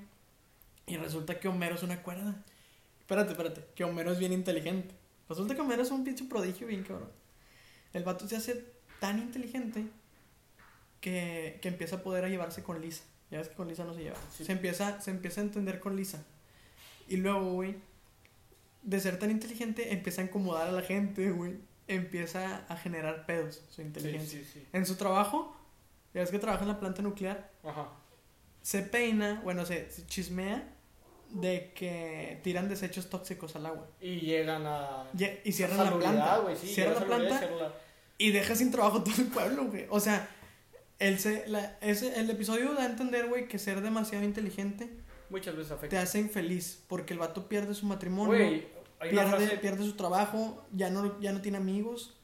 Speaker 1: Y resulta que Homero es una cuerda. Espérate, espérate, que Homero es bien inteligente. Resulta que Homero es un pinche prodigio bien cabrón. El vato se hace tan inteligente que, que empieza a poder a llevarse con Lisa. Ya ves que con Lisa no se lleva.
Speaker 2: Sí.
Speaker 1: Se, empieza, se empieza a entender con Lisa. Y luego, güey, de ser tan inteligente, empieza a incomodar a la gente, güey. Empieza a generar pedos su
Speaker 2: Sí,
Speaker 1: inteligencia.
Speaker 2: sí, sí.
Speaker 1: En su trabajo, ya ves que trabaja en la planta nuclear,
Speaker 2: Ajá.
Speaker 1: se peina, bueno, se, se chismea de que tiran desechos tóxicos al agua.
Speaker 2: Y llegan a.
Speaker 1: Ye- Y,
Speaker 2: a
Speaker 1: cierran la
Speaker 2: salubridad,
Speaker 1: planta.
Speaker 2: güey, sí,
Speaker 1: cierran la
Speaker 2: llegan a salubridad,
Speaker 1: planta
Speaker 2: cierran
Speaker 1: y deja sin trabajo todo el pueblo, güey. O sea, el, se, la- ese, el episodio da a entender, güey, que ser demasiado inteligente
Speaker 2: la- Muchas veces
Speaker 1: te
Speaker 2: afecta.
Speaker 1: hace infeliz porque el vato pierde su matrimonio.
Speaker 2: Güey, hay una
Speaker 1: Pierde,
Speaker 2: frase,
Speaker 1: pierde su trabajo, ya no, ya no tiene amigos.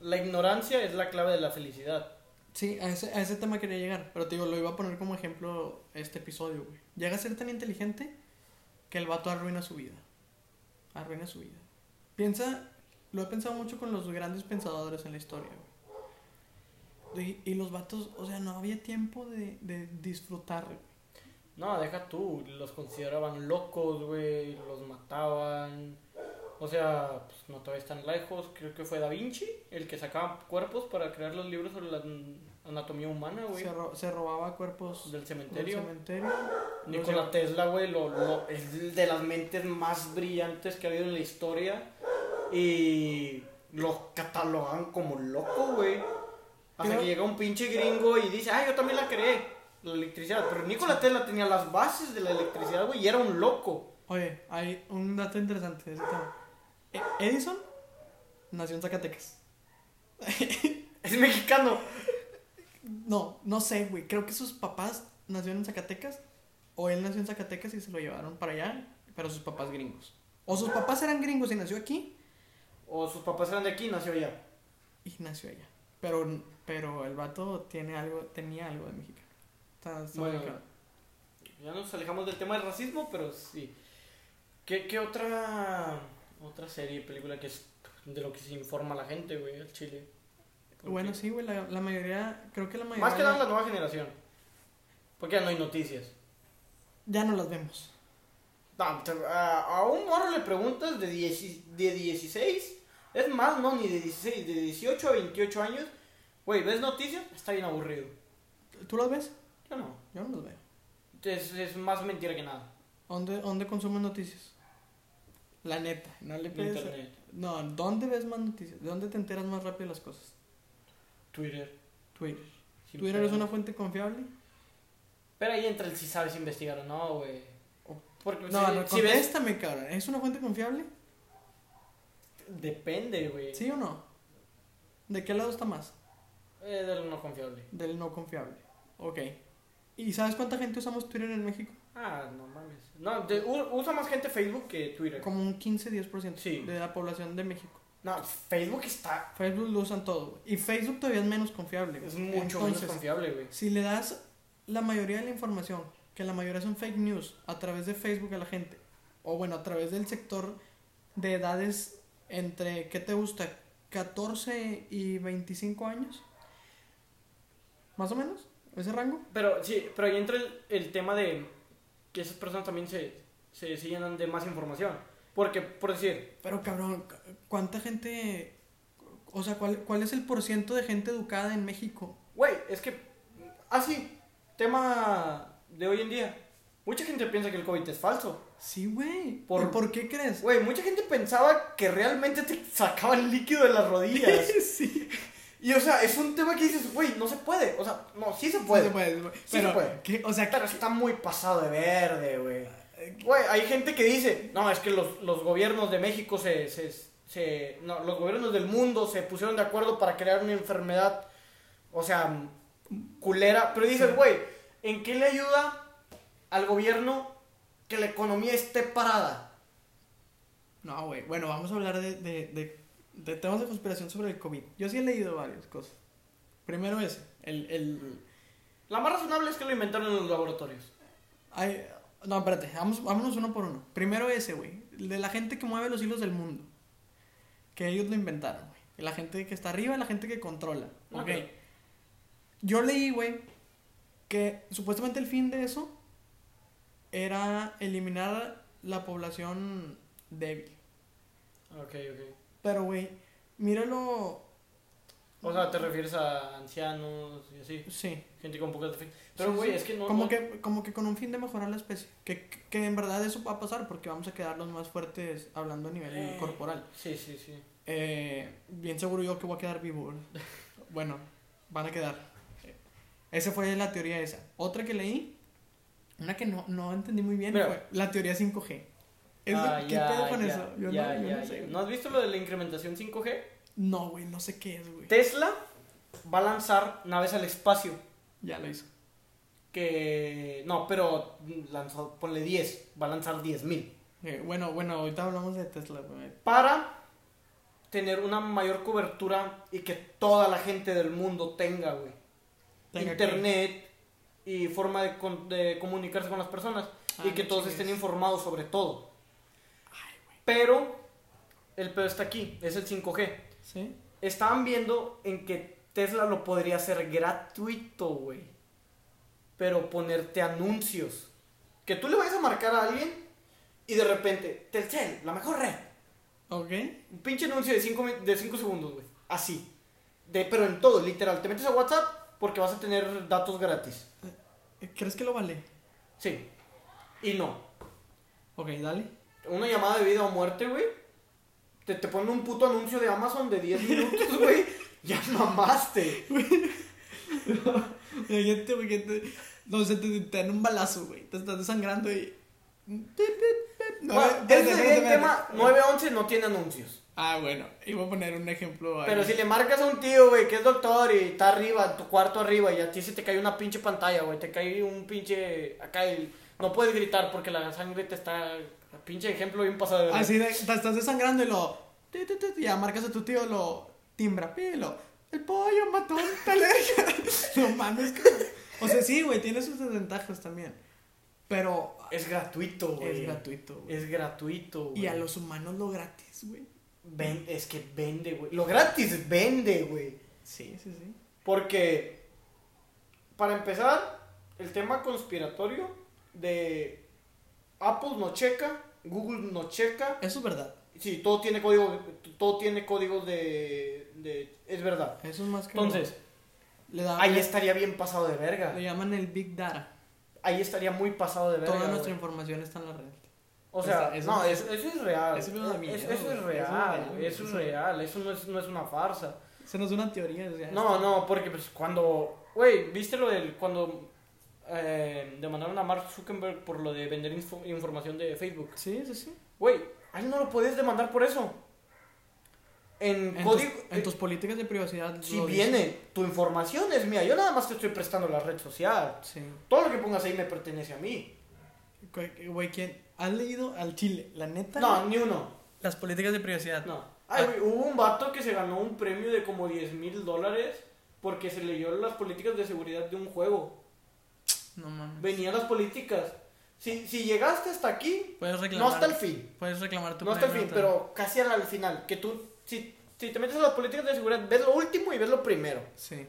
Speaker 2: La ignorancia es la clave de la felicidad.
Speaker 1: Sí, a ese, a ese tema quería llegar, pero te digo, lo iba a poner como ejemplo este episodio, güey. Llega a ser tan inteligente que el vato arruina su vida. Arruina su vida. Piensa, lo he pensado mucho con los grandes pensadores en la historia, güey. Y, y los vatos, o sea, no había tiempo de, de disfrutar, güey.
Speaker 2: No, deja tú. Los consideraban locos, güey. Los mataban. O sea, pues, no todavía están lejos. Creo que fue Da Vinci el que sacaba cuerpos para crear los libros sobre la an- anatomía humana, güey.
Speaker 1: Se, ro- se robaba cuerpos
Speaker 2: Del
Speaker 1: del
Speaker 2: cementerio.
Speaker 1: cementerio.
Speaker 2: Nikola Tesla, güey, lo, lo- es de las mentes más brillantes que ha habido en la historia. Y lo catalogan como loco, güey. Hasta
Speaker 1: Pero-
Speaker 2: que llega un pinche gringo y dice, ah, yo también la creé, la electricidad. Pero Nikola Tesla tenía las bases de la electricidad, güey, y era un loco.
Speaker 1: Oye, hay un dato interesante de ese tema. E- Edison nació en Zacatecas.
Speaker 2: Es mexicano.
Speaker 1: No, no sé, güey. Creo que sus papás nacieron en Zacatecas. O él nació en Zacatecas y se lo llevaron para allá. Pero sus papás gringos. O sus papás eran gringos y nació aquí
Speaker 2: O sus papás eran de aquí y nació allá.
Speaker 1: y nació allá. Pero, pero el vato tiene algo, tenía algo de mexicano. Está, está
Speaker 2: Bueno,
Speaker 1: muy cabrón.
Speaker 2: Ya nos alejamos del tema del racismo, pero sí. ¿Qué, qué otra otra serie, película que es de lo que se informa la gente, güey, al Chile? Porque-
Speaker 1: Bueno, sí, güey. La, la mayoría, creo que la mayoría.
Speaker 2: Más que nada la nueva generación. Porque ya no hay noticias.
Speaker 1: Ya no las vemos.
Speaker 2: No, te- a, a un morro le preguntas de, dieci- de 16, es más, no, ni de 16, de 18 a 28 años, güey, ¿ves noticias? Está bien aburrido.
Speaker 1: ¿Tú las ves?
Speaker 2: Yo no.
Speaker 1: Yo no las veo.
Speaker 2: Es, es más mentira que nada.
Speaker 1: ¿Dónde, dónde consumes noticias? La neta, no le pides.
Speaker 2: Internet,
Speaker 1: No, ¿dónde ves más noticias? ¿Dónde te enteras más rápido de las cosas?
Speaker 2: Twitter.
Speaker 1: Twitter.
Speaker 2: sin
Speaker 1: ¿Twitter es
Speaker 2: pedo.
Speaker 1: una fuente confiable?
Speaker 2: Pero ahí entra el si sabes investigar o no, güey. Porque
Speaker 1: No,
Speaker 2: si,
Speaker 1: no,
Speaker 2: si ves...
Speaker 1: contéstame, cabrón. ¿Es una fuente confiable?
Speaker 2: Depende, güey.
Speaker 1: ¿Sí o no? ¿De qué lado está más?
Speaker 2: Eh, de lo no confiable.
Speaker 1: Del no confiable. Ok. ¿Y sabes cuánta gente usamos Twitter en México?
Speaker 2: Ah, no mames. No, de- u- usa más gente Facebook que Twitter.
Speaker 1: Como un 15-10%
Speaker 2: Sí.
Speaker 1: de la población de México.
Speaker 2: No, Facebook está...
Speaker 1: Facebook lo usan todo. güey. Y Facebook todavía es menos confiable. güey.
Speaker 2: Es mucho menos
Speaker 1: Entonces,
Speaker 2: confiable, güey.
Speaker 1: Si le das la mayoría de la información, que la mayoría son fake news, a través de Facebook a la gente, o bueno, a través del sector de edades entre, ¿qué te gusta? 14 y 25 años, más o menos, ese rango.
Speaker 2: Pero sí, pero ahí entra el, el tema de que esas personas también se, se, se llenan de más información. Porque, por decir,
Speaker 1: Pero cabrón, cu- ¿cuánta gente, o sea, cuál, cuál es el porciento de gente educada en México?
Speaker 2: güey, es que, ah, sí, tema de hoy en día. Mucha gente piensa que el COVID es falso.
Speaker 1: Sí, güey.
Speaker 2: Por-
Speaker 1: ¿Y ¿Por qué crees?
Speaker 2: Güey, mucha gente pensaba que realmente te sacaban líquido de las rodillas.
Speaker 1: sí,
Speaker 2: y, o sea, es un tema que dices, güey, no se puede. O sea, no, sí se puede.
Speaker 1: Sí se puede, sí se puede.
Speaker 2: se
Speaker 1: Pero,
Speaker 2: puede.
Speaker 1: ¿qué? o sea,
Speaker 2: Pero está muy pasado de verde, güey. Güey, hay gente que dice, no, es que los, los gobiernos de México se, se, se- No, los gobiernos del mundo se pusieron de acuerdo para crear una enfermedad, o sea, culera. Pero dices, güey, ¿en qué le ayuda al gobierno que la economía esté parada?
Speaker 1: No, güey. Bueno, vamos a hablar de, de, de- de temas de conspiración sobre el COVID. Yo sí he leído varias cosas. Primero ese. El, el...
Speaker 2: La más razonable es que lo inventaron en los laboratorios.
Speaker 1: ay, no, espérate. Vamos, vámonos uno por uno. Primero ese, güey. el De la gente que mueve los hilos del mundo. Que ellos lo inventaron, güey. La gente que está arriba, la gente que controla. Ok.
Speaker 2: Ok.
Speaker 1: Yo leí, güey, que supuestamente el fin de eso era eliminar la población débil.
Speaker 2: Ok, ok.
Speaker 1: Pero, güey, míralo...
Speaker 2: O sea, te refieres a ancianos y así,
Speaker 1: Sí.
Speaker 2: gente con pocas defensas. Pero,
Speaker 1: Sí,
Speaker 2: güey,
Speaker 1: sí.
Speaker 2: es que no...
Speaker 1: Como,
Speaker 2: no-
Speaker 1: que, como que con un fin de mejorar la especie. Que, que en verdad eso va a pasar porque vamos a quedar los más fuertes hablando a nivel
Speaker 2: Eh.
Speaker 1: corporal.
Speaker 2: Sí, sí, sí.
Speaker 1: Eh, bien seguro yo que voy a quedar vivo. ¿verdad? Bueno, van a quedar. Esa fue la teoría esa. Otra que leí, una que no, no entendí muy bien,
Speaker 2: Mira.
Speaker 1: fue la teoría 5G. Es
Speaker 2: Ah,
Speaker 1: de- ¿Qué
Speaker 2: ya,
Speaker 1: pedo con
Speaker 2: ya,
Speaker 1: eso? Yo
Speaker 2: ya,
Speaker 1: no, yo
Speaker 2: ya,
Speaker 1: no
Speaker 2: ya.
Speaker 1: sé. güey.
Speaker 2: ¿No has visto lo de la incrementación 5G?
Speaker 1: No, güey, no sé qué es, güey.
Speaker 2: Tesla va a lanzar naves al espacio.
Speaker 1: Ya lo hizo.
Speaker 2: Que. No, pero lanzó, ponle 10. Va a lanzar 10.000.
Speaker 1: Eh, bueno, bueno, ahorita hablamos de Tesla, güey.
Speaker 2: Para tener una mayor cobertura y que toda la gente del mundo tenga, güey.
Speaker 1: Tenga que-
Speaker 2: Internet y forma de, con- de comunicarse con las personas.
Speaker 1: Ah,
Speaker 2: y que
Speaker 1: no
Speaker 2: todos
Speaker 1: chingues.
Speaker 2: estén informados sobre todo.
Speaker 1: Ay, güey.
Speaker 2: Pero el pedo está aquí: es el 5G.
Speaker 1: ¿Sí?
Speaker 2: Estaban viendo en que Tesla lo podría hacer gratuito, güey. Pero ponerte anuncios. Que tú le vayas a marcar a alguien y de repente, Telcel, la mejor red.
Speaker 1: ¿Ok?
Speaker 2: Un pinche anuncio de 5 de cinco segundos, güey. Así. De, pero en todo, literal. Te metes a WhatsApp porque vas a tener datos gratis.
Speaker 1: ¿Crees que lo vale?
Speaker 2: Sí. Y no.
Speaker 1: Ok, dale.
Speaker 2: Una llamada de vida o muerte, güey. Te, te ponen un puto anuncio de Amazon de 10 minutos, güey. Ya mamaste.
Speaker 1: Gente, güey, que te- No sé, te, te dan un balazo, güey. Te estás sangrando y.
Speaker 2: Bueno,
Speaker 1: espérate,
Speaker 2: ese
Speaker 1: espérate,
Speaker 2: sería el
Speaker 1: espérate.
Speaker 2: tema 911 no tiene anuncios.
Speaker 1: Ah, bueno, iba a poner un ejemplo ahí.
Speaker 2: Pero si le marcas a un tío, güey, que es doctor y está arriba, en tu cuarto arriba, y a ti se te cae una pinche pantalla, güey, te cae un pinche. Acá y no puedes gritar porque la sangre te está. Pinche ejemplo bien pasado. de verga.
Speaker 1: Así de, te estás desangrando y lo. ti, ti, ti, ti, Ya marcas a tu tío, lo timbra, pi, y lo. El pollo mató a un talega. no mames, cabrón. O sea, sí, güey, tiene sus desventajas también. Pero
Speaker 2: Es gratuito,
Speaker 1: es
Speaker 2: güey.
Speaker 1: gratuito, güey.
Speaker 2: Es gratuito, güey.
Speaker 1: Y a los humanos lo gratis, güey.
Speaker 2: Ven- es que vende, güey. Lo gratis vende, güey.
Speaker 1: Sí, sí, sí.
Speaker 2: Porque, para empezar, el tema conspiratorio de Apple no checa, Google no checa.
Speaker 1: Eso es verdad.
Speaker 2: Sí, todo tiene código, todo tiene códigos de, de... Es verdad.
Speaker 1: Eso es más que.
Speaker 2: Entonces,
Speaker 1: le da- este
Speaker 2: ahí estaría bien pasado de
Speaker 1: Lo
Speaker 2: verga.
Speaker 1: llaman el Big Data.
Speaker 2: Ahí estaría muy pasado de verga.
Speaker 1: Toda nuestra
Speaker 2: güey.
Speaker 1: información está en la red.
Speaker 2: O sea,
Speaker 1: Esa- esa-
Speaker 2: no, pues, eso, eso es real.
Speaker 1: esa es una mierda,
Speaker 2: Es- eso es
Speaker 1: güey.
Speaker 2: real,
Speaker 1: Eso es
Speaker 2: eso es
Speaker 1: real.
Speaker 2: real. Eso no es, no es una farsa.
Speaker 1: Se nos da una teoría. o sea,
Speaker 2: No, no, porque pues cuando, güey, ¿viste lo del cuando eh, demandaron a Mark Zuckerberg por lo de vender info- información de Facebook?
Speaker 1: Sí, sí, sí.
Speaker 2: Güey, a él no lo podías demandar por eso. En,
Speaker 1: En,
Speaker 2: código, eh,
Speaker 1: tus, en tus políticas de privacidad.
Speaker 2: si
Speaker 1: lo dice.
Speaker 2: viene tu información es mía, yo nada más te estoy prestando la red social.
Speaker 1: Sí.
Speaker 2: Todo lo que pongas ahí me pertenece a mí.
Speaker 1: Güey, Güey, ¿quién? ¿Has leído al Chile? La neta.
Speaker 2: No, ni uno.
Speaker 1: Las políticas de privacidad.
Speaker 2: No.
Speaker 1: Ah.
Speaker 2: Ay, güey, hubo un vato que se ganó un premio de como 10 mil dólares porque se leyó las políticas de seguridad de un juego.
Speaker 1: No mames.
Speaker 2: Venían las políticas. Si, si llegaste hasta aquí,
Speaker 1: Puedes reclamar.
Speaker 2: no hasta el fin.
Speaker 1: Puedes reclamar tu
Speaker 2: No hasta el
Speaker 1: premio
Speaker 2: fin,
Speaker 1: también.
Speaker 2: pero casi al final. Que tú, si, si te metes a las políticas de seguridad, ves lo último y ves lo primero.
Speaker 1: Sí.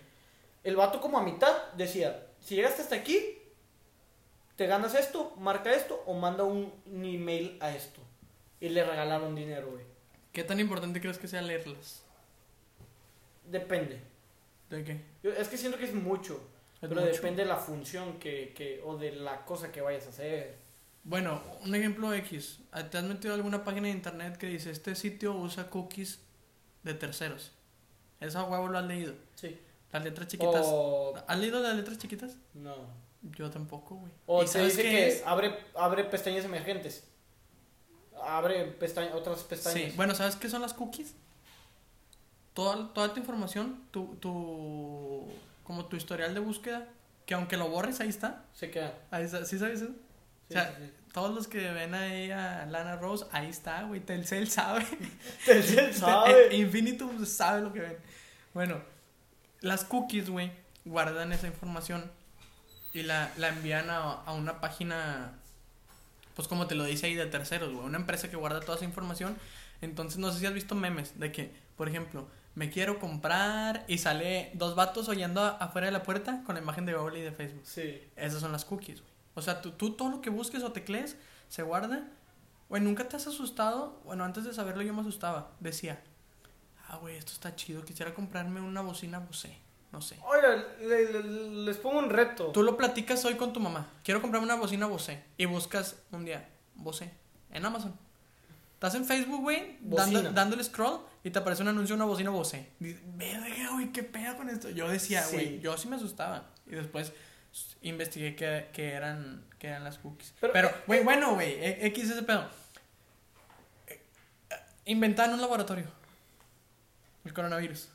Speaker 2: El vato como a mitad decía, si llegaste hasta aquí, te ganas esto, marca esto o manda un un email a esto. Y le regalaron dinero, güey.
Speaker 1: ¿Qué tan importante crees que sea leerlas?
Speaker 2: Depende.
Speaker 1: ¿De qué?
Speaker 2: Yo- es que siento que es mucho.
Speaker 1: Es
Speaker 2: pero
Speaker 1: mucho.
Speaker 2: depende de la función que, que, o de la cosa que vayas a hacer.
Speaker 1: Bueno, un ejemplo X. ¿Te has metido a alguna página de internet que dice este sitio usa cookies de terceros? Esa huevo lo has leído.
Speaker 2: Sí.
Speaker 1: Las letras chiquitas.
Speaker 2: O...
Speaker 1: ¿Has leído las letras chiquitas?
Speaker 2: No.
Speaker 1: Yo tampoco, güey.
Speaker 2: O
Speaker 1: ¿Y
Speaker 2: te
Speaker 1: sabes
Speaker 2: dice
Speaker 1: qué
Speaker 2: que
Speaker 1: es?
Speaker 2: abre, abre pestañas emergentes. Abre pesta- otras pestañas.
Speaker 1: Sí, bueno, ¿sabes qué son las cookies? Toda, toda tu información, tu, tu, como tu historial de búsqueda, que aunque lo borres, ahí está.
Speaker 2: Se queda.
Speaker 1: Ahí está. ¿Sí sabes eso?
Speaker 2: Sí,
Speaker 1: o sea,
Speaker 2: sí, sí.
Speaker 1: todos los que ven ahí a Lana Rose, ahí está, güey. Telcel sabe.
Speaker 2: Telcel
Speaker 1: Eh,
Speaker 2: sabe.
Speaker 1: Infinitum sabe lo que ven. Bueno, las cookies, güey, guardan esa información y la, la envían a, a una página, pues como te lo dice ahí, de terceros, güey. Una empresa que guarda toda esa información. Entonces, no sé si has visto memes de que, por ejemplo, me quiero comprar y sale dos vatos oyendo afuera de la puerta con la imagen de Google y de Facebook.
Speaker 2: Sí.
Speaker 1: Esas son las cookies, güey. O sea, tú, tú todo lo que busques o teclees se guarda. Güey, ¿nunca te has asustado? Bueno, antes de saberlo yo me asustaba. Decía, ah, güey, esto está chido. Quisiera comprarme una bocina Bose. No sé.
Speaker 2: Oiga, le- le- les pongo un reto.
Speaker 1: Tú lo platicas hoy con tu mamá. Quiero comprarme una bocina Bose. Y buscas un día Bose en Amazon. Estás en Facebook, güey, dando,
Speaker 2: Bocina.
Speaker 1: dándole scroll y te aparece un anuncio de una bocina Bose. Dices, verga, güey, qué pedo con esto. Yo decía,
Speaker 2: Sí.
Speaker 1: güey, yo sí me asustaba. Y después s- investigué que, que eran, que eran las cookies.
Speaker 2: Pero- eh,
Speaker 1: Pero, güey, bueno, güey, e- X ese pedo. Eh, eh, Inventaron un laboratorio. El coronavirus.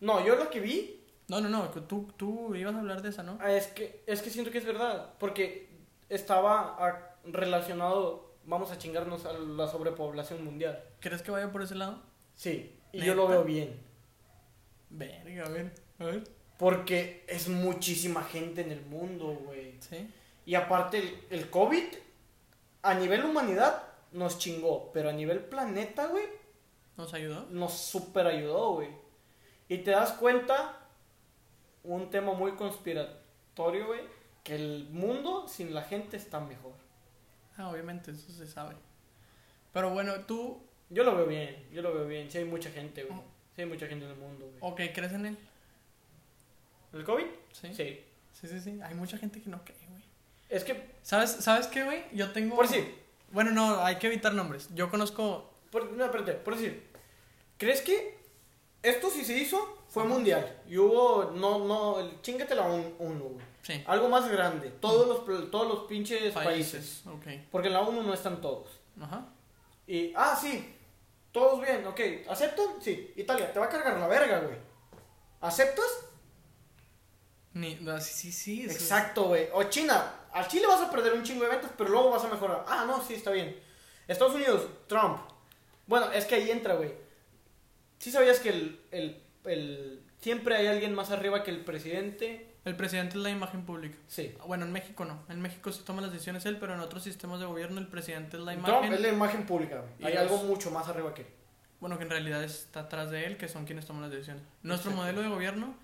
Speaker 2: No, yo lo que vi
Speaker 1: No, no, no, tú, tú ibas a hablar de esa, ¿no?
Speaker 2: ah, es que, es que siento que es verdad. Porque estaba ah, relacionado, vamos a chingarnos a la sobrepoblación mundial.
Speaker 1: ¿Crees que vaya por ese lado?
Speaker 2: Sí. Y
Speaker 1: ¿Neta?
Speaker 2: yo lo veo bien.
Speaker 1: Verga, a ver, a ver.
Speaker 2: Porque es muchísima gente en el mundo, güey.
Speaker 1: Sí.
Speaker 2: Y aparte, el, el COVID, a nivel humanidad, nos chingó. Pero a nivel planeta, güey,
Speaker 1: ¿Nos ayudó?
Speaker 2: nos super ayudó, güey. Y te das cuenta, un tema muy conspiratorio, güey, que el mundo sin la gente está mejor.
Speaker 1: Ah, obviamente, eso se sabe. Pero bueno, tú,
Speaker 2: Yo lo veo bien, yo lo veo bien. Sí hay mucha gente, güey. Sí hay mucha gente en el mundo, güey.
Speaker 1: ok, ¿crees en él?
Speaker 2: ¿El COVID?
Speaker 1: Sí. Sí,
Speaker 2: Sí.
Speaker 1: sí, sí. Hay mucha gente que no cree, güey.
Speaker 2: Es que,
Speaker 1: ¿Sabes, ¿Sabes qué, güey? Yo tengo...
Speaker 2: por decir,
Speaker 1: Bueno, no, hay que evitar nombres. Yo conozco...
Speaker 2: Por, no, espérate, por decir, ¿crees que esto si se hizo fue mundial? Y hubo, no, no, el- chingatela un, uno, güey.
Speaker 1: Sí.
Speaker 2: Algo más grande, todos los, pl- todos los pinches países.
Speaker 1: Ok.
Speaker 2: Porque en la ONU no están todos.
Speaker 1: Ajá.
Speaker 2: Y, ah, sí, Todos bien, ok. ¿Aceptan? Sí. Italia, te va a cargar la verga, güey. ¿Aceptas?
Speaker 1: Ni, no, sí, sí, sí. eso es-
Speaker 2: Exacto, güey. O China, al Chile vas a perder un chingo de ventas, pero luego vas a mejorar. Ah, no, sí, está bien. Estados Unidos, Trump. Bueno, es que ahí entra, güey. ¿Sí sabías que el, el, el- siempre hay alguien más arriba que el presidente?
Speaker 1: El presidente es la imagen pública.
Speaker 2: Sí.
Speaker 1: Bueno, en México no. En México sí toma las decisiones él, pero en otros sistemas de gobierno el presidente es la
Speaker 2: Trump
Speaker 1: imagen.
Speaker 2: es la imagen pública, güey.
Speaker 1: Y
Speaker 2: Hay
Speaker 1: los-
Speaker 2: algo mucho más arriba que él.
Speaker 1: Bueno, que en realidad está atrás de él, que son quienes toman las decisiones. Nuestro
Speaker 2: Exacto.
Speaker 1: modelo de gobierno,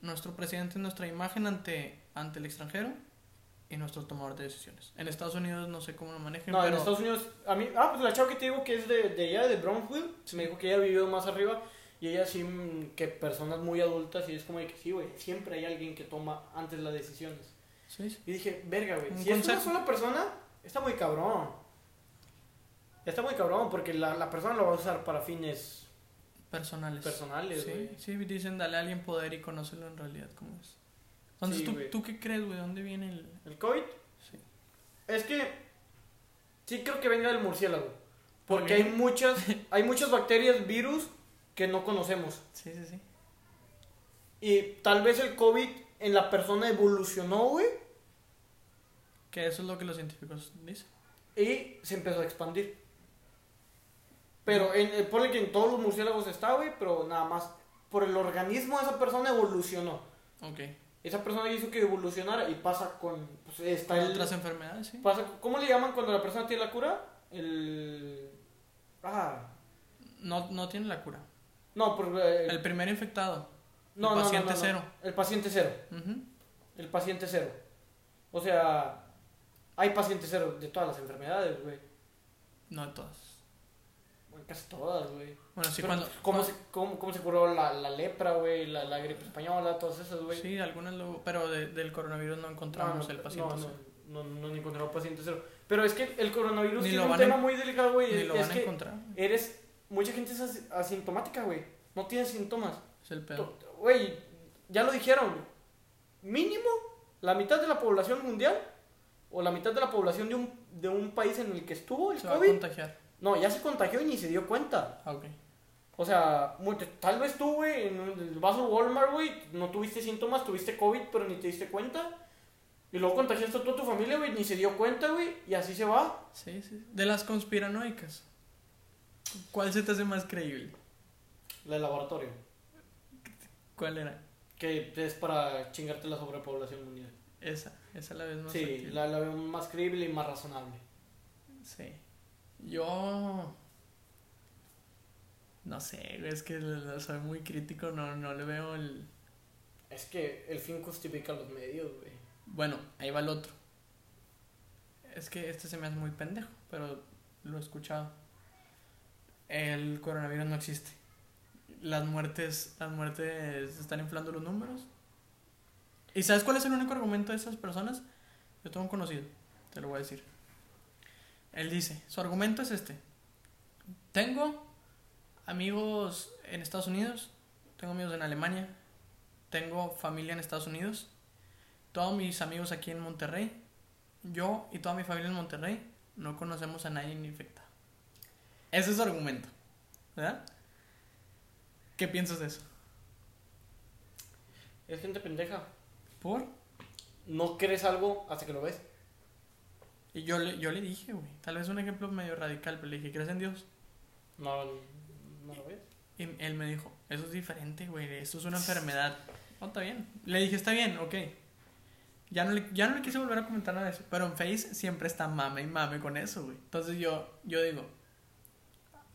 Speaker 1: nuestro presidente es nuestra imagen ante, ante el extranjero y nuestro tomador de decisiones. En Estados Unidos no sé cómo lo manejan,
Speaker 2: No, en
Speaker 1: pero
Speaker 2: Estados Unidos, a mí, ah, pues la chava que te digo que es de, de allá, de Brownfield, se me dijo que ella vivió más arriba y ella sí, mm, que personas muy adultas y es como de que sí, güey, siempre hay alguien que toma antes las decisiones.
Speaker 1: Sí, sí.
Speaker 2: Y dije, verga, güey,
Speaker 1: Un
Speaker 2: si es una
Speaker 1: consejo.
Speaker 2: sola persona, está muy cabrón. Está muy cabrón porque la, la persona lo va a usar para fines
Speaker 1: personales.
Speaker 2: personales, güey.
Speaker 1: sí, sí, dicen dale a alguien poder y conócelo en realidad cómo es. Entonces,
Speaker 2: Sí,
Speaker 1: ¿tú,
Speaker 2: güey.
Speaker 1: ¿tú qué crees, güey? ¿Dónde viene el...?
Speaker 2: El COVID
Speaker 1: Sí.
Speaker 2: es que sí creo que venga del murciélago. Porque hay
Speaker 1: También.
Speaker 2: muchas, hay muchas bacterias, virus que no conocemos.
Speaker 1: Sí, sí, sí.
Speaker 2: Y tal vez el COVID en la persona evolucionó, güey,
Speaker 1: Que eso es lo que los científicos dicen.
Speaker 2: y se empezó a expandir. Pero en, eh, ponle que en todos los murciélagos está, güey, pero nada más por el organismo de esa persona evolucionó.
Speaker 1: Ok.
Speaker 2: Esa persona hizo que evolucionara y pasa con. Pues, está el-
Speaker 1: Otras enfermedades, sí.
Speaker 2: pasa, ¿Cómo le llaman cuando la persona tiene la cura? El. Ah.
Speaker 1: No, no tiene la cura.
Speaker 2: No, por. eh,
Speaker 1: El primer infectado.
Speaker 2: no,
Speaker 1: el
Speaker 2: no, no,
Speaker 1: paciente
Speaker 2: no, no.
Speaker 1: cero.
Speaker 2: El paciente cero.
Speaker 1: Ujú.
Speaker 2: El paciente cero. O sea, hay paciente cero de todas las enfermedades, güey.
Speaker 1: No de todas.
Speaker 2: Bueno, casi todas, güey.
Speaker 1: Bueno, sí,
Speaker 2: Pero,
Speaker 1: cuando...
Speaker 2: ¿cómo, se, cómo, cómo se curó la, la lepra, güey? La, la gripe española, todas esas, güey.
Speaker 1: Sí, algunas lo... Pero de- del coronavirus no encontramos
Speaker 2: No, no,
Speaker 1: el paciente.
Speaker 2: No,
Speaker 1: cero.
Speaker 2: no, no, no, no encontraron paciente cero. Pero es que el coronavirus
Speaker 1: Ni
Speaker 2: tiene
Speaker 1: lo
Speaker 2: un
Speaker 1: van a-
Speaker 2: tema muy delicado, güey.
Speaker 1: Ni
Speaker 2: Es,
Speaker 1: lo
Speaker 2: es
Speaker 1: van a
Speaker 2: que
Speaker 1: encontrar.
Speaker 2: eres. Mucha gente es as- asintomática, güey. No tiene síntomas.
Speaker 1: Es el pedo.
Speaker 2: To- Güey, ya lo dijeron. Mínimo la mitad de la población mundial o la mitad de la población de un, de un país en el que estuvo el
Speaker 1: Se va a
Speaker 2: COVID.
Speaker 1: contagiar.
Speaker 2: No, ya se contagió y ni se dio cuenta.
Speaker 1: Ah, ok.
Speaker 2: O sea, mu- tal vez tú, güey, en el vas al Walmart, güey, no tuviste síntomas, tuviste COVID, pero ni te diste cuenta. Y luego contagiaste a toda tu familia, güey, ni se dio cuenta, güey, y así se va.
Speaker 1: Sí, sí. sí. De las conspiranoicas. ¿Cuál se te hace más creíble?
Speaker 2: La del laboratorio,
Speaker 1: ¿Cuál era?
Speaker 2: que es para chingarte la sobrepoblación mundial.
Speaker 1: Esa. Esa la vez más
Speaker 2: sí,
Speaker 1: factible.
Speaker 2: la, la veo más creíble y más razonable.
Speaker 1: Sí. Yo. No sé, güey, es que l- l- soy muy crítico, no, no le veo el.
Speaker 2: Es que el fin justifica los medios, güey.
Speaker 1: Bueno, ahí va el otro. Es que este se me hace muy pendejo, pero lo he escuchado. El coronavirus no existe. Las muertes, las muertes están inflando los números. ¿Y sabes cuál es el único argumento de esas personas? Yo tengo un conocido, te lo voy a decir. Él dice, su argumento es este. Tengo amigos en Estados Unidos, tengo amigos en Alemania, tengo familia en Estados Unidos, todos mis amigos aquí en Monterrey, yo y toda mi familia en Monterrey, no conocemos a nadie infectado. Ese es su argumento, ¿verdad? ¿Qué piensas de eso?
Speaker 2: Es gente pendeja.
Speaker 1: ¿Por?
Speaker 2: No crees algo hasta que lo ves.
Speaker 1: Y yo le, yo le dije, güey, tal vez un ejemplo medio radical, pero le dije, ¿crees en Dios?
Speaker 2: No, no lo ves.
Speaker 1: Y él me dijo, eso es diferente, güey, esto es una enfermedad. No, Oh, está bien. Le dije, está bien, ok. Ya no, le, ya no le quise volver a comentar nada de eso. Pero en Face siempre está mame y mame con eso, güey. Entonces yo, yo digo,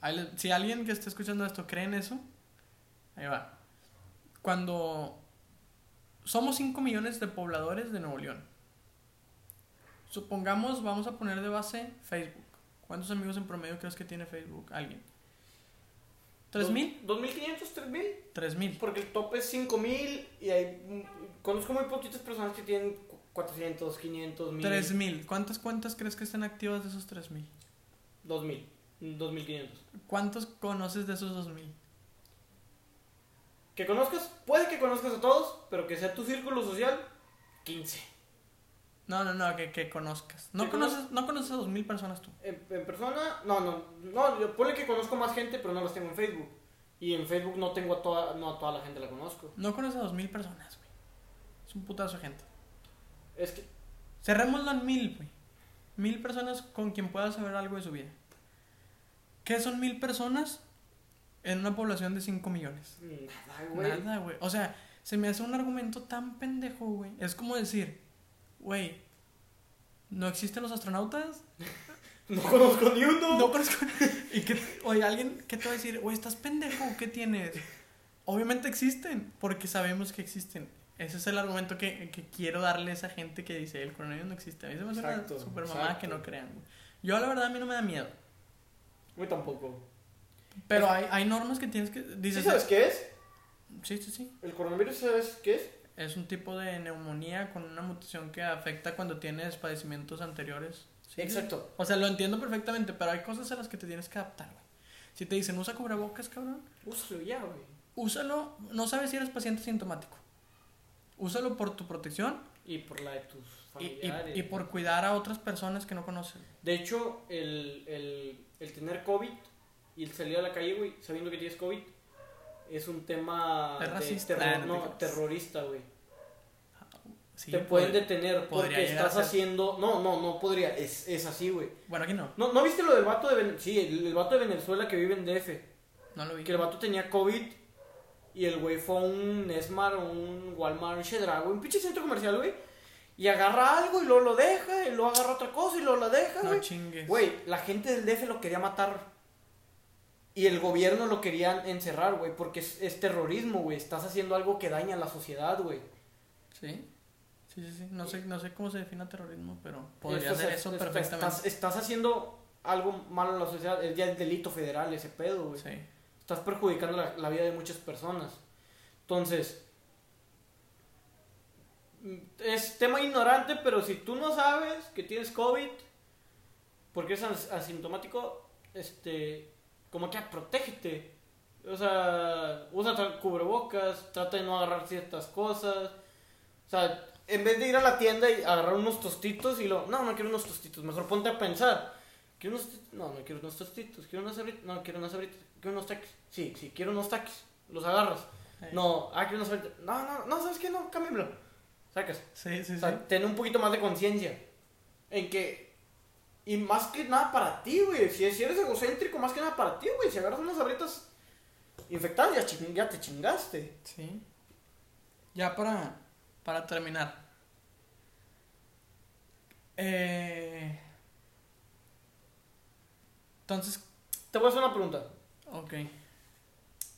Speaker 1: ahí le- si alguien que está escuchando esto cree en eso, ahí va. Cuando somos 5 millones de pobladores de Nuevo León, supongamos, vamos a poner de base Facebook. ¿Cuántos amigos en promedio crees que tiene Facebook? ¿Alguien? ¿Tres mil?
Speaker 2: Dos- ¿2500? ¿3000?
Speaker 1: 3000.
Speaker 2: Porque el top es 5000 y hay. mm, Conozco muy poquitas personas que tienen cu- 400, 500, 1000.
Speaker 1: 3000. ¿Cuántas cuentas crees que estén activas de esos 3000?
Speaker 2: 2000. mm, 2500.
Speaker 1: ¿Cuántos conoces de esos 2000?
Speaker 2: Que conozcas, puede que conozcas a todos, pero que sea tu círculo social, 15.
Speaker 1: No, no, no, que, que conozcas. No
Speaker 3: Que
Speaker 1: conoces, no conoces a dos mil personas tú.
Speaker 3: En, en persona,
Speaker 2: No, no, no, yo ponle que conozco más gente, pero no los tengo en Facebook. Y en Facebook no tengo a toda, no a toda la gente la conozco.
Speaker 1: No conoces a dos mil personas, güey. Es un putazo de gente.
Speaker 2: Es que
Speaker 1: Cerrémoslo en mil, güey. Mil personas con quien puedas saber algo de su vida. ¿Qué son mil personas en una población de 5 millones?
Speaker 2: nada, güey.
Speaker 1: Nada, güey. O sea, se me hace un argumento tan pendejo, güey. Es como decir, güey, ¿no existen los astronautas?
Speaker 2: No conozco ni uno.
Speaker 1: No conozco. ¿Y qué, oye, alguien, ¿qué te va a decir? Güey, estás pendejo, ¿qué tienes? Obviamente existen, porque sabemos que existen. Ese es el argumento que, que quiero darle a esa gente que dice el coronavirus no existe. A mí se me hace una
Speaker 3: Exacto,
Speaker 1: super mamada
Speaker 3: exacto.
Speaker 1: que no crean. güey. Yo, la verdad, a mí no me da miedo.
Speaker 2: Güey, tampoco.
Speaker 1: Pero hay, hay normas que tienes que. Dices,
Speaker 3: ¿sí sabes qué es?
Speaker 1: sí, sí, sí.
Speaker 3: ¿El coronavirus sabes qué es?
Speaker 1: Es un tipo de neumonía con una mutación que afecta cuando tienes padecimientos anteriores. Sí,
Speaker 2: Exacto.
Speaker 1: O sea, lo entiendo perfectamente, pero hay cosas a las que te tienes que adaptar, güey. Si te dicen usa cubrebocas, cabrón,
Speaker 2: Úsalo ya, güey.
Speaker 1: úsalo. No sabes si eres paciente sintomático. Úsalo por tu protección
Speaker 2: Y por la de tus
Speaker 1: y, y-
Speaker 2: familiares.
Speaker 1: y por cuidar a otras personas que no conoces.
Speaker 2: De hecho, el, el, el tener COVID y el salir a la calle, güey, sabiendo que tienes COVID, es un tema
Speaker 1: Es
Speaker 2: de
Speaker 1: racista.
Speaker 2: terror-
Speaker 1: Ah, no te
Speaker 2: no,
Speaker 1: creas.
Speaker 2: terrorista, güey.
Speaker 1: Sí,
Speaker 2: Te
Speaker 1: pues,
Speaker 2: pueden detener porque
Speaker 1: podría llegar
Speaker 2: estás
Speaker 1: a ser.
Speaker 2: haciendo... No, no, no podría. Es, es así, güey.
Speaker 1: Bueno, aquí no.
Speaker 2: ¿No, ¿No viste lo del vato de Venezuela? Sí, el, el vato de Venezuela que vive en DF.
Speaker 1: No lo vi.
Speaker 2: Que el vato tenía COVID y el güey fue a un Esmar, un Walmart, un Shedra, güey, un pinche centro comercial, güey. Y agarra algo y luego lo deja, y luego agarra otra cosa y luego la deja,
Speaker 1: No
Speaker 2: güey.
Speaker 1: chingues.
Speaker 2: Güey, la gente del DF lo quería matar. Y el gobierno lo querían encerrar, güey, porque es, es terrorismo, güey. Estás haciendo algo que daña a la sociedad, güey.
Speaker 1: Sí. Sí, sí, sí. No sé, no sé cómo se define terrorismo, pero
Speaker 2: Estás-
Speaker 1: podría ser eso
Speaker 2: estás-
Speaker 1: perfectamente.
Speaker 2: Estás, estás haciendo algo malo a la sociedad. Es ya el delito federal ese pedo, güey.
Speaker 1: Sí.
Speaker 2: estás perjudicando la, la vida de muchas personas. Entonces, mm, es tema ignorante, pero si tú no sabes que tienes COVID, porque eres as- asintomático, este, como que protégete. O sea, usa tra- cubrebocas, trata de no agarrar ciertas cosas. O sea, en vez de ir a la tienda y agarrar unos tostitos y lo, no, no quiero unos tostitos, mejor ponte a pensar. Quiero unos tit- No, no quiero unos tostitos. Quiero unos sabritas. No, quiero unos sabritas. Quiero unos taquis. Sí, sí, quiero unos taquis. Los agarras.
Speaker 1: Ahí.
Speaker 2: No, ah, quiero unos sabritas. No, no, no, ¿sabes qué? No, cámbialo. Sacas.
Speaker 1: Sí, sí,
Speaker 2: O
Speaker 1: sí.
Speaker 2: sea, ten un poquito más de conciencia. En que. Y más que nada para ti, güey. Si, si eres egocéntrico, más que nada para ti, güey. Si agarras unas sabritas infectadas, ya, ching- ya te chingaste.
Speaker 1: Sí. Ya para, para terminar. Eh, entonces,
Speaker 2: Te voy a hacer una pregunta.
Speaker 1: ok.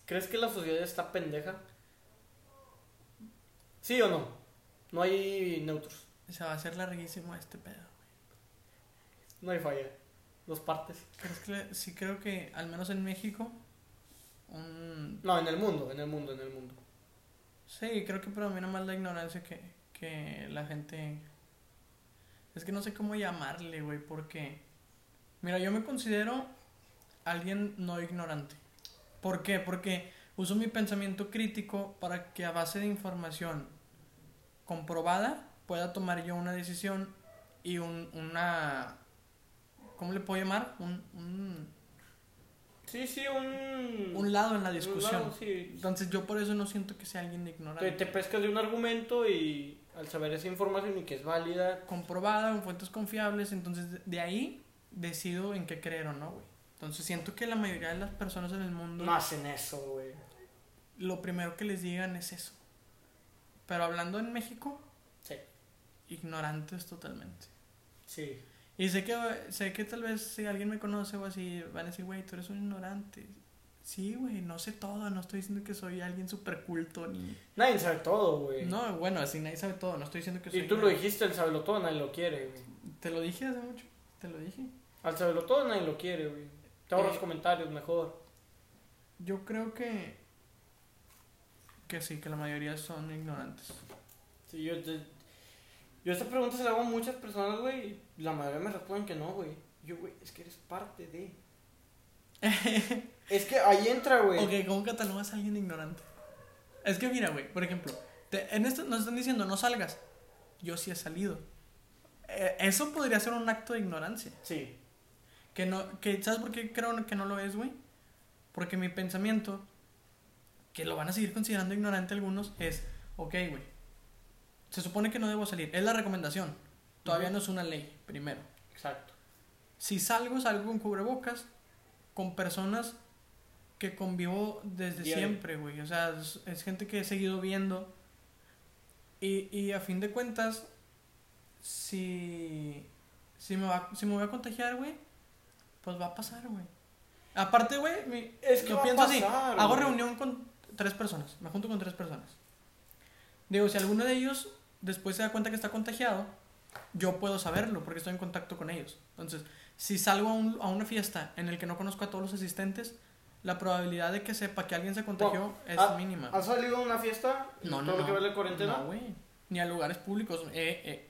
Speaker 2: ¿Crees que la sociedad está pendeja? ¿Sí o no? No hay neutros.
Speaker 1: Se va a hacer larguísimo este pedo.
Speaker 2: No hay falla. Dos partes.
Speaker 1: ¿Crees que le- sí creo que, al menos en México, un-
Speaker 2: No, en el mundo, en el mundo, en el mundo.
Speaker 1: sí, creo que predomina más la ignorancia que, que la gente... Es que no sé cómo llamarle, güey, porque... Mira, yo me considero alguien no ignorante. ¿Por qué? Porque uso mi pensamiento crítico para que a base de información comprobada pueda tomar yo una decisión y un, una... ¿Cómo le puedo llamar? Un, un,
Speaker 2: Sí, sí, un...
Speaker 1: un lado en la
Speaker 2: un
Speaker 1: discusión.
Speaker 2: lado, sí.
Speaker 1: Entonces yo por eso no siento que sea alguien
Speaker 2: Te,
Speaker 1: ignorante.
Speaker 2: te pescas de un argumento y al saber esa información y que es válida...
Speaker 1: Comprobada, con fuentes confiables, entonces de- de ahí decido en qué creer o no, güey. Entonces siento que la mayoría de las personas en el mundo...
Speaker 2: No hacen eso, güey.
Speaker 1: lo primero que les digan es eso. Pero hablando en México,
Speaker 2: Sí,
Speaker 1: ignorantes totalmente.
Speaker 2: sí.
Speaker 1: Y sé que, sé que tal vez si alguien me conoce o así, van a decir, güey, tú eres un ignorante. Sí, güey, no sé todo, no estoy diciendo que soy alguien súper culto ni...
Speaker 2: Nadie sabe todo, güey.
Speaker 1: No, bueno, así nadie sabe todo, no estoy diciendo que soy...
Speaker 2: y tú lo
Speaker 1: ignorante.
Speaker 2: dijiste, el saberlo todo nadie lo quiere, güey.
Speaker 1: Te lo dije hace mucho, te lo dije.
Speaker 2: Al saberlo todo nadie lo quiere, güey. Te ahorras
Speaker 1: Eh.
Speaker 2: comentarios mejor.
Speaker 1: Yo creo que... Que sí, que la mayoría son ignorantes.
Speaker 2: Sí, yo, te- yo esta pregunta se la hago a muchas personas, güey. Y la mayoría me responden que no, güey. Yo, güey, es que eres parte de... Es que ahí entra, güey.
Speaker 1: Ok, ¿cómo catalogas a alguien ignorante? Es que mira, güey, por ejemplo, te- en esto nos están diciendo no salgas. Yo sí he salido. eh, eso podría ser un acto de ignorancia.
Speaker 2: Sí.
Speaker 1: Que no, que, ¿Sabes por qué creo que no lo es, güey? Porque mi pensamiento, que lo van a seguir considerando ignorante algunos, es, ok, güey, se supone que no debo salir, es la recomendación, todavía
Speaker 2: Ujú.
Speaker 1: no es una ley, primero.
Speaker 2: Exacto.
Speaker 1: Si salgo, salgo con cubrebocas, con personas que convivo desde
Speaker 2: Diario.
Speaker 1: siempre, güey, o sea, es, es gente que he seguido viendo. Y, y a fin de cuentas, si, si, me, va, si me voy a contagiar, güey, pues va a pasar, güey. Aparte, güey, mi-
Speaker 2: Es que
Speaker 1: yo
Speaker 2: va a
Speaker 1: pienso así.
Speaker 2: pasar,
Speaker 1: Hago
Speaker 2: güey.
Speaker 1: reunión con tres personas, me junto con tres personas. Digo, si alguno de ellos después se da cuenta que está contagiado, yo puedo saberlo porque estoy en contacto con ellos. Entonces, si salgo a, un- a una fiesta en el que no conozco a todos los asistentes, la probabilidad de que sepa que alguien se contagió es
Speaker 2: ¿ha-
Speaker 1: mínima.
Speaker 2: ¿Has salido a una fiesta?
Speaker 1: No, no,
Speaker 2: ¿Todo lo
Speaker 1: no.
Speaker 2: ah, que vale la cuarentena?
Speaker 1: No, güey. Ni a lugares públicos. Eh, eh.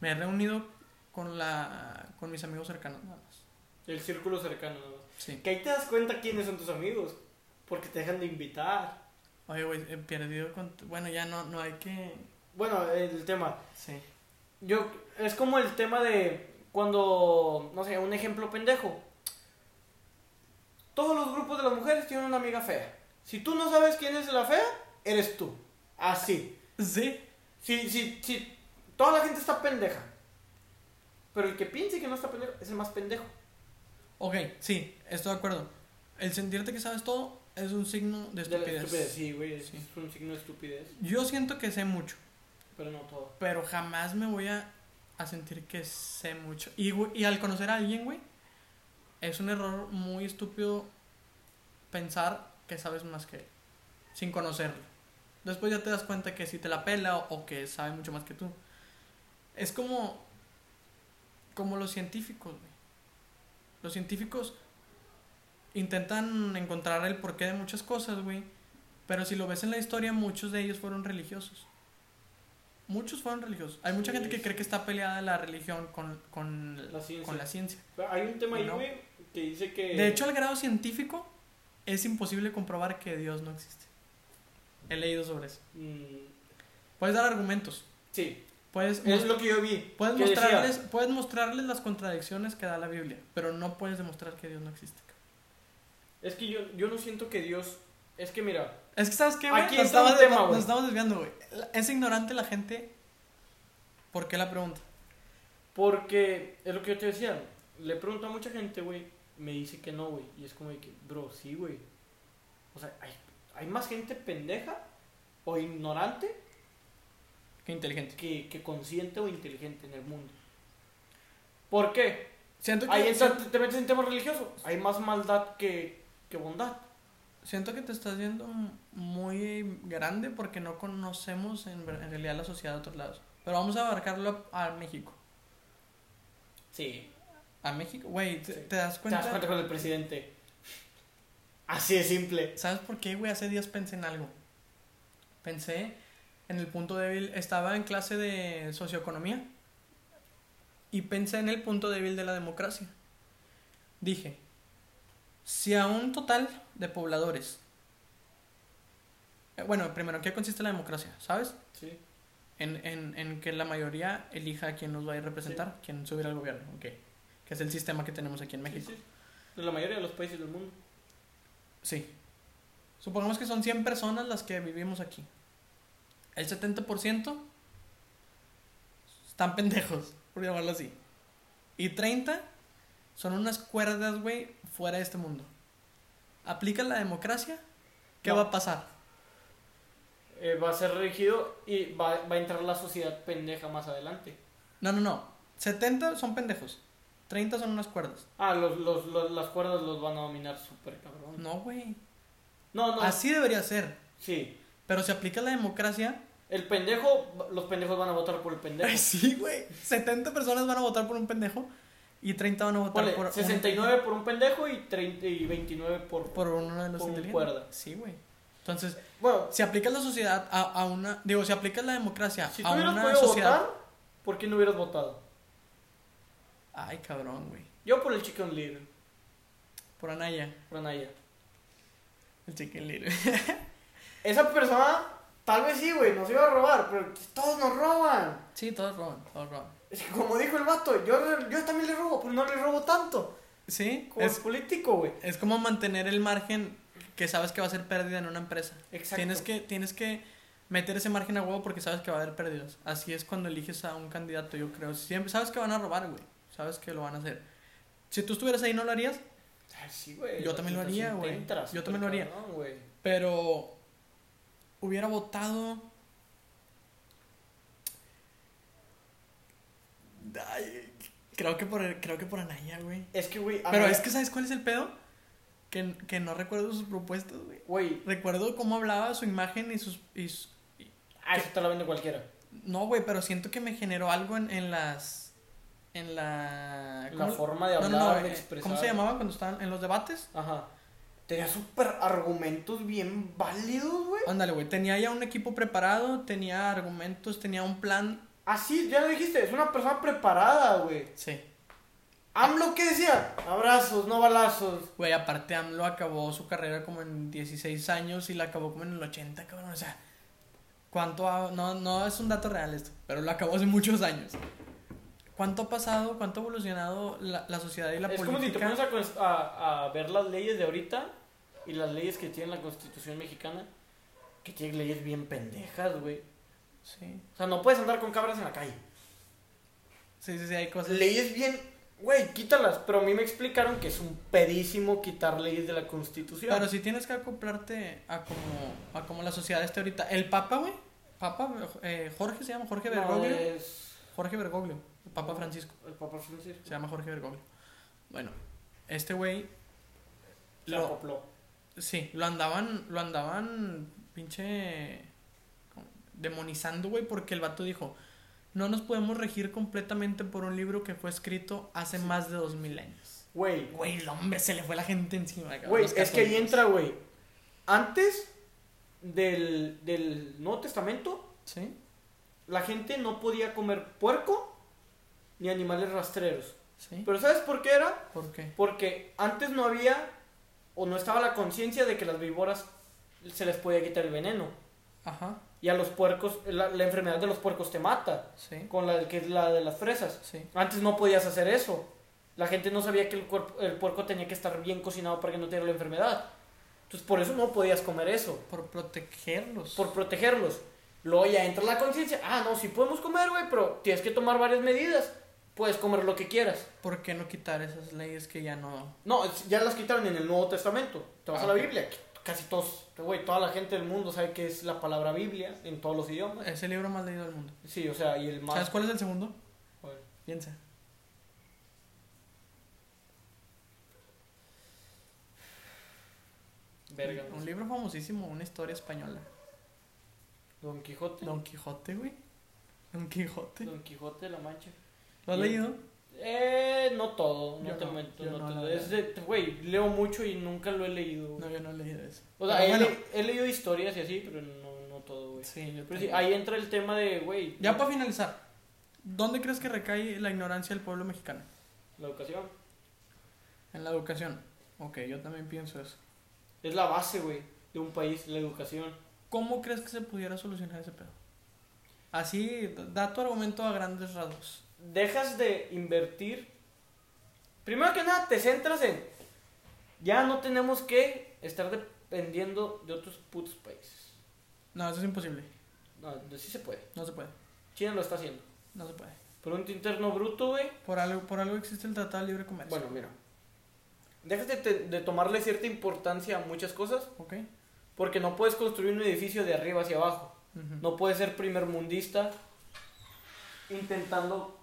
Speaker 1: Me he reunido con la con mis amigos cercanos nada más.
Speaker 2: El círculo cercano. nada más.
Speaker 1: Sí.
Speaker 2: Que ahí te das cuenta quiénes son tus amigos. Porque te dejan de invitar.
Speaker 1: Oye, güey, he perdido con... Bueno, ya no, no hay que...
Speaker 2: Bueno, el tema.
Speaker 1: Sí.
Speaker 2: Yo, es como el tema de cuando, no sé, un ejemplo pendejo. Todos los grupos de las mujeres tienen una amiga fea. Si tú no sabes quién es la fea, eres tú. Así.
Speaker 1: Sí.
Speaker 2: Si, si, si, toda la gente está pendeja. Pero el que piense que no está pendejo es el más pendejo.
Speaker 1: Ok, sí, estoy de acuerdo. El sentirte que sabes todo es un signo de
Speaker 2: De la
Speaker 1: estupidez.
Speaker 2: estupidez. Sí, güey, es
Speaker 1: Sí.
Speaker 2: es un signo de estupidez.
Speaker 1: Yo siento que sé mucho,
Speaker 2: Pero no todo.
Speaker 1: pero jamás me voy a, a sentir que sé mucho. Y, güey, y al conocer a alguien, güey, es un error muy estúpido pensar que sabes más que él, sin conocerlo. Después ya te das cuenta que si te la pela o, o que sabe mucho más que tú. Es como, como los científicos, güey. Los científicos intentan encontrar el porqué de muchas cosas, güey. Pero si lo ves en la historia, muchos de ellos fueron religiosos. Muchos fueron religiosos. Hay mucha
Speaker 2: Sí,
Speaker 1: gente que
Speaker 2: sí.
Speaker 1: cree que está peleada la religión con, con,
Speaker 2: La ciencia. Eh.
Speaker 1: con la ciencia.
Speaker 2: Pero Hay un tema ahí,
Speaker 1: No.
Speaker 2: güey, que dice que...
Speaker 1: De hecho, al grado científico es imposible comprobar que Dios no existe. He leído sobre eso.
Speaker 2: mm,
Speaker 1: Puedes dar argumentos.
Speaker 2: sí,
Speaker 1: Puedes,
Speaker 2: es
Speaker 1: mos-
Speaker 2: lo que yo vi.
Speaker 1: puedes,
Speaker 2: que decía-
Speaker 1: mostrarles, puedes mostrarles las contradicciones que da la Biblia, pero no puedes demostrar que Dios no existe.
Speaker 2: Es que yo, yo no siento que Dios... Es que mira,
Speaker 1: Es que, ¿sabes qué, güey?
Speaker 2: Aquí
Speaker 1: Nos
Speaker 2: está un
Speaker 1: estamos,
Speaker 2: tema,
Speaker 1: nos
Speaker 2: güey.
Speaker 1: estamos desviando, güey. La- Es ignorante la gente. ¿Por qué la pregunta?
Speaker 2: porque es lo que yo te decía. Le pregunto a mucha gente, güey, me dice que no, güey. Y es como de que, bro, sí, güey. O sea, hay, hay más gente pendeja o ignorante
Speaker 1: Qué inteligente.
Speaker 2: que, que consciente o inteligente en el mundo. ¿Por qué?
Speaker 1: Siento que,
Speaker 2: Ahí entra- te, te metes en temas religiosos. Hay más maldad que, que bondad.
Speaker 1: siento que te estás viendo muy grande porque no conocemos en, ver- en realidad la sociedad de otros lados. Pero vamos a abarcarlo a, a México.
Speaker 2: Sí.
Speaker 1: ¿A México? Güey, te,
Speaker 2: Sí.
Speaker 1: te das
Speaker 2: Te
Speaker 1: cuenta?
Speaker 2: das cuenta con el presidente. Así de simple.
Speaker 1: ¿Sabes por qué, güey? Hace días pensé en algo. Pensé en el punto débil. Estaba en clase de socioeconomía y pensé en el punto débil de la democracia. Dije, si a un total de pobladores... Eh, Bueno, primero, ¿en qué consiste la democracia? ¿Sabes?
Speaker 2: Sí.
Speaker 1: En, en, en que la mayoría elija a quién nos va a ir a representar, quién subirá al gobierno, ok. Que es el sistema que tenemos aquí en México.
Speaker 2: Sí, sí. En la mayoría de los países del mundo.
Speaker 1: Sí. Supongamos que son 100 personas las que vivimos aquí. El 70% están pendejos, por llamarlo así. Y 30 son unas cuerdas, güey, fuera de este mundo. ¿Aplica la democracia? ¿Qué
Speaker 2: No.
Speaker 1: va a pasar?
Speaker 2: Eh, va a ser regido y va, va a entrar la sociedad pendeja más adelante.
Speaker 1: No, no, no. 70 son pendejos. 30 son unas cuerdas.
Speaker 2: Ah, los, los, los- las cuerdas los van a dominar súper cabrón.
Speaker 1: No, güey.
Speaker 2: No, no.
Speaker 1: Así debería ser.
Speaker 2: Sí.
Speaker 1: Pero si aplica la democracia...
Speaker 2: El pendejo, los pendejos van a votar por el pendejo.
Speaker 1: Sí, güey. 70 personas van a votar por un pendejo y 30 van a votar
Speaker 2: Ponle,
Speaker 1: por un-
Speaker 2: 69 por un pendejo y, 30, y 29 por...
Speaker 1: por uno de los
Speaker 2: Por un
Speaker 1: inteligentes.
Speaker 2: cuerda.
Speaker 1: Sí, güey. Entonces,
Speaker 2: Bueno,
Speaker 1: si aplicas la sociedad a, a una. Digo, si aplicas la democracia
Speaker 2: si tú
Speaker 1: a
Speaker 2: hubieras
Speaker 1: una
Speaker 2: podido
Speaker 1: sociedad.
Speaker 2: votar, ¿por qué no hubieras votado?
Speaker 1: Ay, cabrón, güey.
Speaker 2: Yo por el chicken little,
Speaker 1: Por Anaya,
Speaker 2: por Anaya.
Speaker 1: el chicken little.
Speaker 2: Esa persona Tal vez sí, güey, nos iba a robar, pero todos nos roban.
Speaker 1: Sí, todos roban, todos roban.
Speaker 2: Es que Como dijo el vato, yo, yo también le robo, pero no le robo tanto.
Speaker 1: Sí,
Speaker 2: Como
Speaker 1: es,
Speaker 2: el político, güey.
Speaker 1: es como mantener el margen que sabes que va a ser pérdida en una empresa.
Speaker 2: Exacto.
Speaker 1: Tienes que, tienes que meter ese margen a huevo porque sabes que va a haber pérdidas. Así es cuando eliges a un candidato, yo creo. Siempre, sabes que van a robar, güey. Sabes que lo van a hacer. Si tú estuvieras ahí, no lo harías.
Speaker 2: Ay, sí, güey.
Speaker 1: Yo también lo haría, güey.
Speaker 2: Intentras,
Speaker 1: Yo también lo haría.
Speaker 2: cabrón, güey.
Speaker 1: Pero hubiera votado. Ay, creo que por creo que por Anaya, güey.
Speaker 2: Es que, güey. a
Speaker 1: Pero
Speaker 2: mí-
Speaker 1: es que ¿sabes cuál es el pedo? Que, que no recuerdo sus propuestas, güey.
Speaker 2: Güey,
Speaker 1: Recuerdo cómo hablaba su imagen y sus y su-
Speaker 2: ah, eso te lo vende cualquiera.
Speaker 1: no, güey, pero siento que me generó algo en, en las en la
Speaker 2: La
Speaker 1: ¿cómo-
Speaker 2: forma de
Speaker 1: no, no,
Speaker 2: hablar,
Speaker 1: no,
Speaker 2: de
Speaker 1: eh,
Speaker 2: expresar.
Speaker 1: ¿Cómo se llamaba cuando estaban en los debates?
Speaker 2: Ajá. Tenía súper argumentos bien válidos, güey.
Speaker 1: Ándale, güey, tenía ya un equipo preparado, tenía argumentos, tenía un plan
Speaker 2: Así, Ah, ya lo dijiste, es una persona preparada, güey.
Speaker 1: Sí.
Speaker 2: AMLO, ¿qué decía? Abrazos, no balazos.
Speaker 1: Güey, aparte AMLO acabó su carrera como en 16 años y la acabó como en el 80, cabrón. O sea, ¿cuánto ha- No, no es un dato real esto, pero lo acabó hace muchos años. ¿Cuánto ha pasado, cuánto ha evolucionado la, la sociedad y la
Speaker 2: es como si te
Speaker 1: política?
Speaker 2: pones a cons- a, a ver las leyes de ahorita y las leyes que tiene la constitución mexicana, que tiene leyes bien pendejas, güey.
Speaker 1: Sí,
Speaker 2: O sea, no puedes andar con cabras en la calle.
Speaker 1: sí, sí, sí, hay cosas.
Speaker 2: Leyes bien, güey, quítalas. Pero a mí me explicaron que es un pedísimo quitar leyes de la constitución.
Speaker 1: Pero sí tienes que acoplarte a como, a como la sociedad está ahorita. El Papa, güey. Papa, eh, Jorge se llama Jorge
Speaker 2: No, eh.
Speaker 1: Bergoglio.
Speaker 2: es
Speaker 1: Jorge Bergoglio. El Papa Francisco.
Speaker 2: el Papa Francisco.
Speaker 1: Se llama Jorge Bergoglio. Bueno, este güey.
Speaker 2: Se
Speaker 1: lo-
Speaker 2: acopló.
Speaker 1: Sí, lo andaban, lo andaban pinche como demonizando, güey, porque el vato dijo, no nos podemos regir completamente por un libro que fue escrito hace más de dos mil años.
Speaker 2: Güey,
Speaker 1: Güey, el hombre se le fue la gente encima. cabrón,
Speaker 2: Güey,
Speaker 1: los
Speaker 2: es que ahí
Speaker 1: católicos.
Speaker 2: entra, güey. Antes del, del Nuevo Testamento,
Speaker 1: Sí,
Speaker 2: la gente no podía comer puerco ni animales rastreros.
Speaker 1: sí.
Speaker 2: Pero ¿sabes por qué era?
Speaker 1: ¿Por qué?
Speaker 2: Porque antes no había o no estaba la conciencia de que las víboras se les podía quitar el veneno.
Speaker 1: Ajá,
Speaker 2: Y a los puercos, la, la enfermedad de los puercos te mata,
Speaker 1: sí,
Speaker 2: con la que es la de las fresas.
Speaker 1: sí.
Speaker 2: Antes no podías hacer eso. La gente no sabía que el, cuerpo, el puerco tenía que estar bien cocinado para que no tuviera la enfermedad. Entonces por eso no podías comer eso,
Speaker 1: Por protegerlos.
Speaker 2: por protegerlos. Luego ya entra la conciencia, ah, no, sí podemos comer, güey, pero tienes que tomar varias medidas. Puedes comer lo que quieras.
Speaker 1: ¿Por qué no quitar esas leyes que ya no...
Speaker 2: No, es- ya las quitaron en el Nuevo Testamento. Te vas
Speaker 1: Ah,
Speaker 2: a la
Speaker 1: ok.
Speaker 2: Biblia. que Casi todos, güey, toda la gente del mundo sabe que es la palabra Biblia en todos los idiomas.
Speaker 1: Es el libro más leído del mundo.
Speaker 2: Sí, o sea, y el
Speaker 1: ¿Sabes
Speaker 2: más... pues,
Speaker 1: cuál es el segundo?
Speaker 2: ¿Cuál?
Speaker 1: Piensa.
Speaker 2: Verga.
Speaker 1: Un libro famosísimo, una historia española.
Speaker 2: Don Quijote.
Speaker 1: Don Quijote, güey. Don Quijote.
Speaker 2: Don Quijote de la Mancha.
Speaker 1: ¿Lo has
Speaker 2: Bien.
Speaker 1: leído?
Speaker 2: Eh, no todo, no
Speaker 1: Yo
Speaker 2: te
Speaker 1: no,
Speaker 2: miento,
Speaker 1: yo
Speaker 2: no
Speaker 1: no,
Speaker 2: te-
Speaker 1: la
Speaker 2: es de- Güey, leo mucho y nunca lo he leído.
Speaker 1: No, yo no he leído eso.
Speaker 2: O sea, he,
Speaker 1: Pero bueno,
Speaker 2: le- he leído historias y así, pero no, no todo, güey.
Speaker 1: sí, yo
Speaker 2: Pero sí,
Speaker 1: también.
Speaker 2: ahí entra el tema de, güey,
Speaker 1: Ya para finalizar, ¿dónde crees que recae la ignorancia del pueblo mexicano?
Speaker 2: la educación.
Speaker 1: En la educación. Ok, yo también pienso eso.
Speaker 2: Es la base, güey, de un país, la educación.
Speaker 1: ¿Cómo crees que se pudiera solucionar ese pedo? Así, d- da tu argumento a grandes rasgos.
Speaker 2: Dejas de invertir. Primero que nada, te centras en. Ya no tenemos que estar dependiendo de otros putos países.
Speaker 1: No, eso es imposible.
Speaker 2: No, sí se puede.
Speaker 1: No se puede.
Speaker 2: China lo está haciendo.
Speaker 1: No se puede.
Speaker 2: Producto interno bruto, güey.
Speaker 1: Por algo, por algo existe el Tratado de Libre Comercio.
Speaker 2: Bueno, mira. Dejas de, te- de tomarle cierta importancia a muchas cosas
Speaker 1: Ok.
Speaker 2: porque no puedes construir un edificio de arriba hacia abajo.
Speaker 1: Ujú.
Speaker 2: No puedes ser primermundista intentando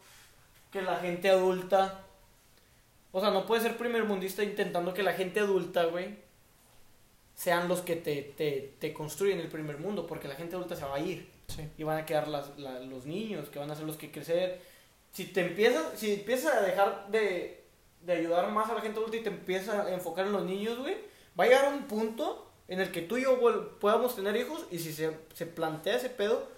Speaker 2: que la gente adulta... O sea, no puedes ser primermundista intentando que la gente adulta, güey, sean los que te, te, te construyen el primer mundo porque la gente adulta se va a ir
Speaker 1: Sí.
Speaker 2: y van a quedar las- la- los niños que van a ser los que crecer. Si te empiezas, si empiezas a dejar de, de ayudar más a la gente adulta y te empiezas a enfocar en los niños, güey, va a llegar un punto en el que tú y yo vol- podamos tener hijos y si se, se plantea ese pedo,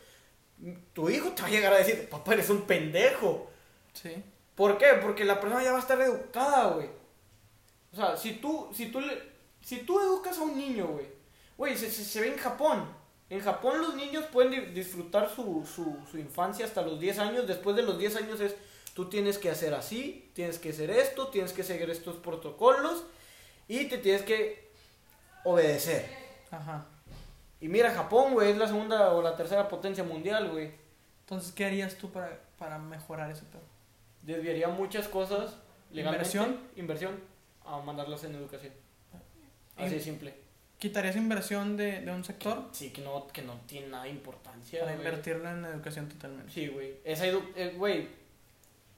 Speaker 2: tu hijo te va a llegar a decir, papá, eres un pendejo.
Speaker 1: Sí.
Speaker 2: ¿Por qué? Porque la persona ya va a estar educada, güey. O sea, si tú, si tú, le- si tú educas a un niño, güey, güey, se, se, se ve en Japón. En Japón los niños pueden di- disfrutar su, su, su infancia hasta los 10 años. Después de los 10 años es, tú tienes que hacer así, tienes que hacer esto, tienes que seguir estos protocolos y te tienes que obedecer.
Speaker 1: Ajá.
Speaker 2: Y mira, Japón, güey, es la segunda o la tercera potencia mundial, güey.
Speaker 1: Entonces, ¿qué harías tú para, para mejorar ese pedo?
Speaker 2: Desviaría muchas cosas legalmente.
Speaker 1: ¿Inversión?
Speaker 2: Inversión a mandarlas en educación. Así de simple.
Speaker 1: ¿Quitarías inversión de, de un sector
Speaker 2: Sí, que no, que no tiene nada de importancia.
Speaker 1: para
Speaker 2: güey.
Speaker 1: invertirla en educación totalmente?
Speaker 2: Sí, güey. Esa edu- eh, güey.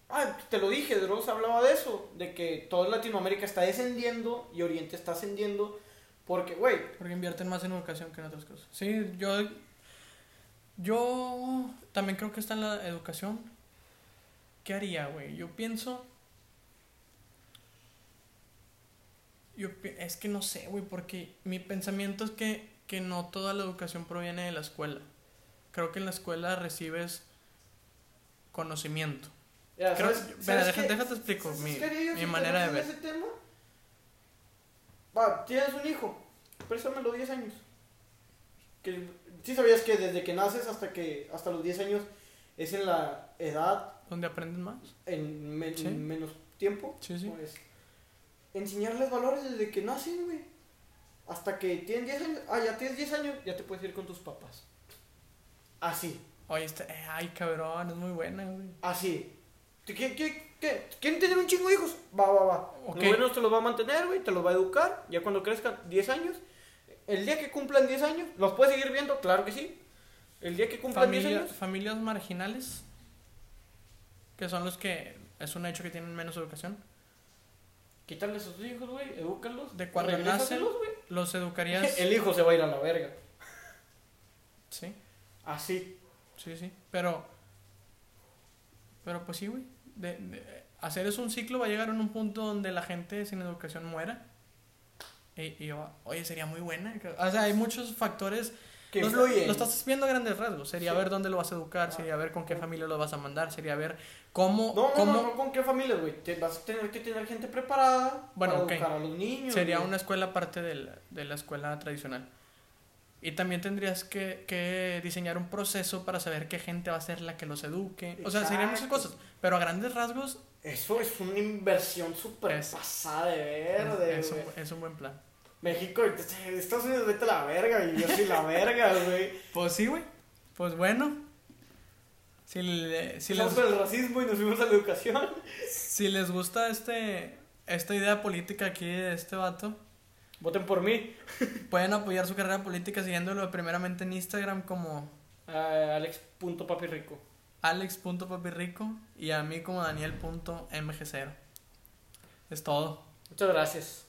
Speaker 2: Ah, te lo dije, Dross hablaba de eso, de que toda Latinoamérica está descendiendo y Oriente está ascendiendo, porque, güey,
Speaker 1: Porque invierten más en educación que en otras cosas. Sí, yo. Yo también creo que está en la educación. ¿Qué haría, güey? Yo pienso. Yo, pi- es que no sé, güey, porque mi pensamiento es que, que no toda la educación proviene de la escuela. Creo que en la escuela recibes conocimiento.
Speaker 2: mira,
Speaker 1: Creo-
Speaker 2: ¿sabes-
Speaker 1: espera,
Speaker 2: sabes
Speaker 1: deja-
Speaker 2: qué-
Speaker 1: déjate explico
Speaker 2: ¿sabes
Speaker 1: mi-
Speaker 2: qué haría yo
Speaker 1: mi
Speaker 2: si
Speaker 1: manera de
Speaker 2: te metes en ese tema? Va, tienes un hijo, préstamelo 10 años. Que, sí sabías que desde que naces hasta que hasta los 10 años es en la edad
Speaker 1: ¿Dónde aprendes más?
Speaker 2: en men-
Speaker 1: Sí.
Speaker 2: menos tiempo.
Speaker 1: Sí, sí.
Speaker 2: Pues, enseñarles valores desde que nacen, güey. Hasta que tienen 10 años. Ah, ya tienes 10 años, ya te puedes ir con tus papás. Así,
Speaker 1: Oye, este, eh, ay, cabrón, es muy buena, güey.
Speaker 2: así. ¿Tú qué- qué- qué? ¿Quieren tener un chingo de hijos? Va, va, va.
Speaker 1: Ok.
Speaker 2: Los buenos te los va a mantener, güey, te los va a educar. Ya cuando crezcan 10 años, el día que cumplan 10 años, ¿los puedes seguir viendo? Claro que sí. El día que cumplan 10
Speaker 1: Familia-
Speaker 2: años.
Speaker 1: familias marginales, que son los que es un hecho que tienen menos educación,
Speaker 2: Quitarles a sus hijos, güey, edúcalos.
Speaker 1: De cuando nacen.
Speaker 2: regrésaselos, güey.
Speaker 1: los educarías.
Speaker 2: El hijo se va a ir a la verga.
Speaker 1: Sí,
Speaker 2: Así.
Speaker 1: sí, sí. Pero, pero pues sí, güey. De, de- hacer eso un ciclo va a llegar en un punto donde la gente sin educación muera. Y, y yo, oye, sería muy buena. O sea, hay muchos factores.
Speaker 2: Que
Speaker 1: Lo-
Speaker 2: influyen.
Speaker 1: Lo estás viendo a grandes rasgos. Sería
Speaker 2: Sí.
Speaker 1: ver dónde lo vas a educar,
Speaker 2: Ah.
Speaker 1: sería ver con qué familia lo vas a mandar, sería ver cómo,
Speaker 2: No, no,
Speaker 1: cómo,
Speaker 2: no, no, con qué familia, güey. Te- Vas a tener que tener gente preparada
Speaker 1: Bueno,
Speaker 2: para
Speaker 1: ok.
Speaker 2: educar a los niños.
Speaker 1: Sería
Speaker 2: güey.
Speaker 1: una escuela aparte de la, de la escuela tradicional. Y también tendrías que, que diseñar un proceso para saber qué gente va a ser la que los eduque. O sea, serían muchas
Speaker 2: Exacto.
Speaker 1: cosas. Pero a grandes rasgos
Speaker 2: Eso es una inversión súper
Speaker 1: Es-
Speaker 2: pasada de
Speaker 1: es,
Speaker 2: verde,
Speaker 1: es un,
Speaker 2: güey.
Speaker 1: es un buen plan.
Speaker 2: México, Estados Unidos, vete a la verga, y yo soy la verga, güey.
Speaker 1: Pues sí, güey. Pues bueno. Si, le- si, les,
Speaker 2: Pasamos por el racismo y nos fuimos a la educación.
Speaker 1: si les gusta este, esta idea política aquí de este vato,
Speaker 2: Voten por mí.
Speaker 1: pueden apoyar su carrera política siguiéndolo primeramente en Instagram como
Speaker 2: Ah, Alex.papirrico.
Speaker 1: alex.papirrico y a mí como daniel.mg0. Es todo.
Speaker 2: Muchas gracias.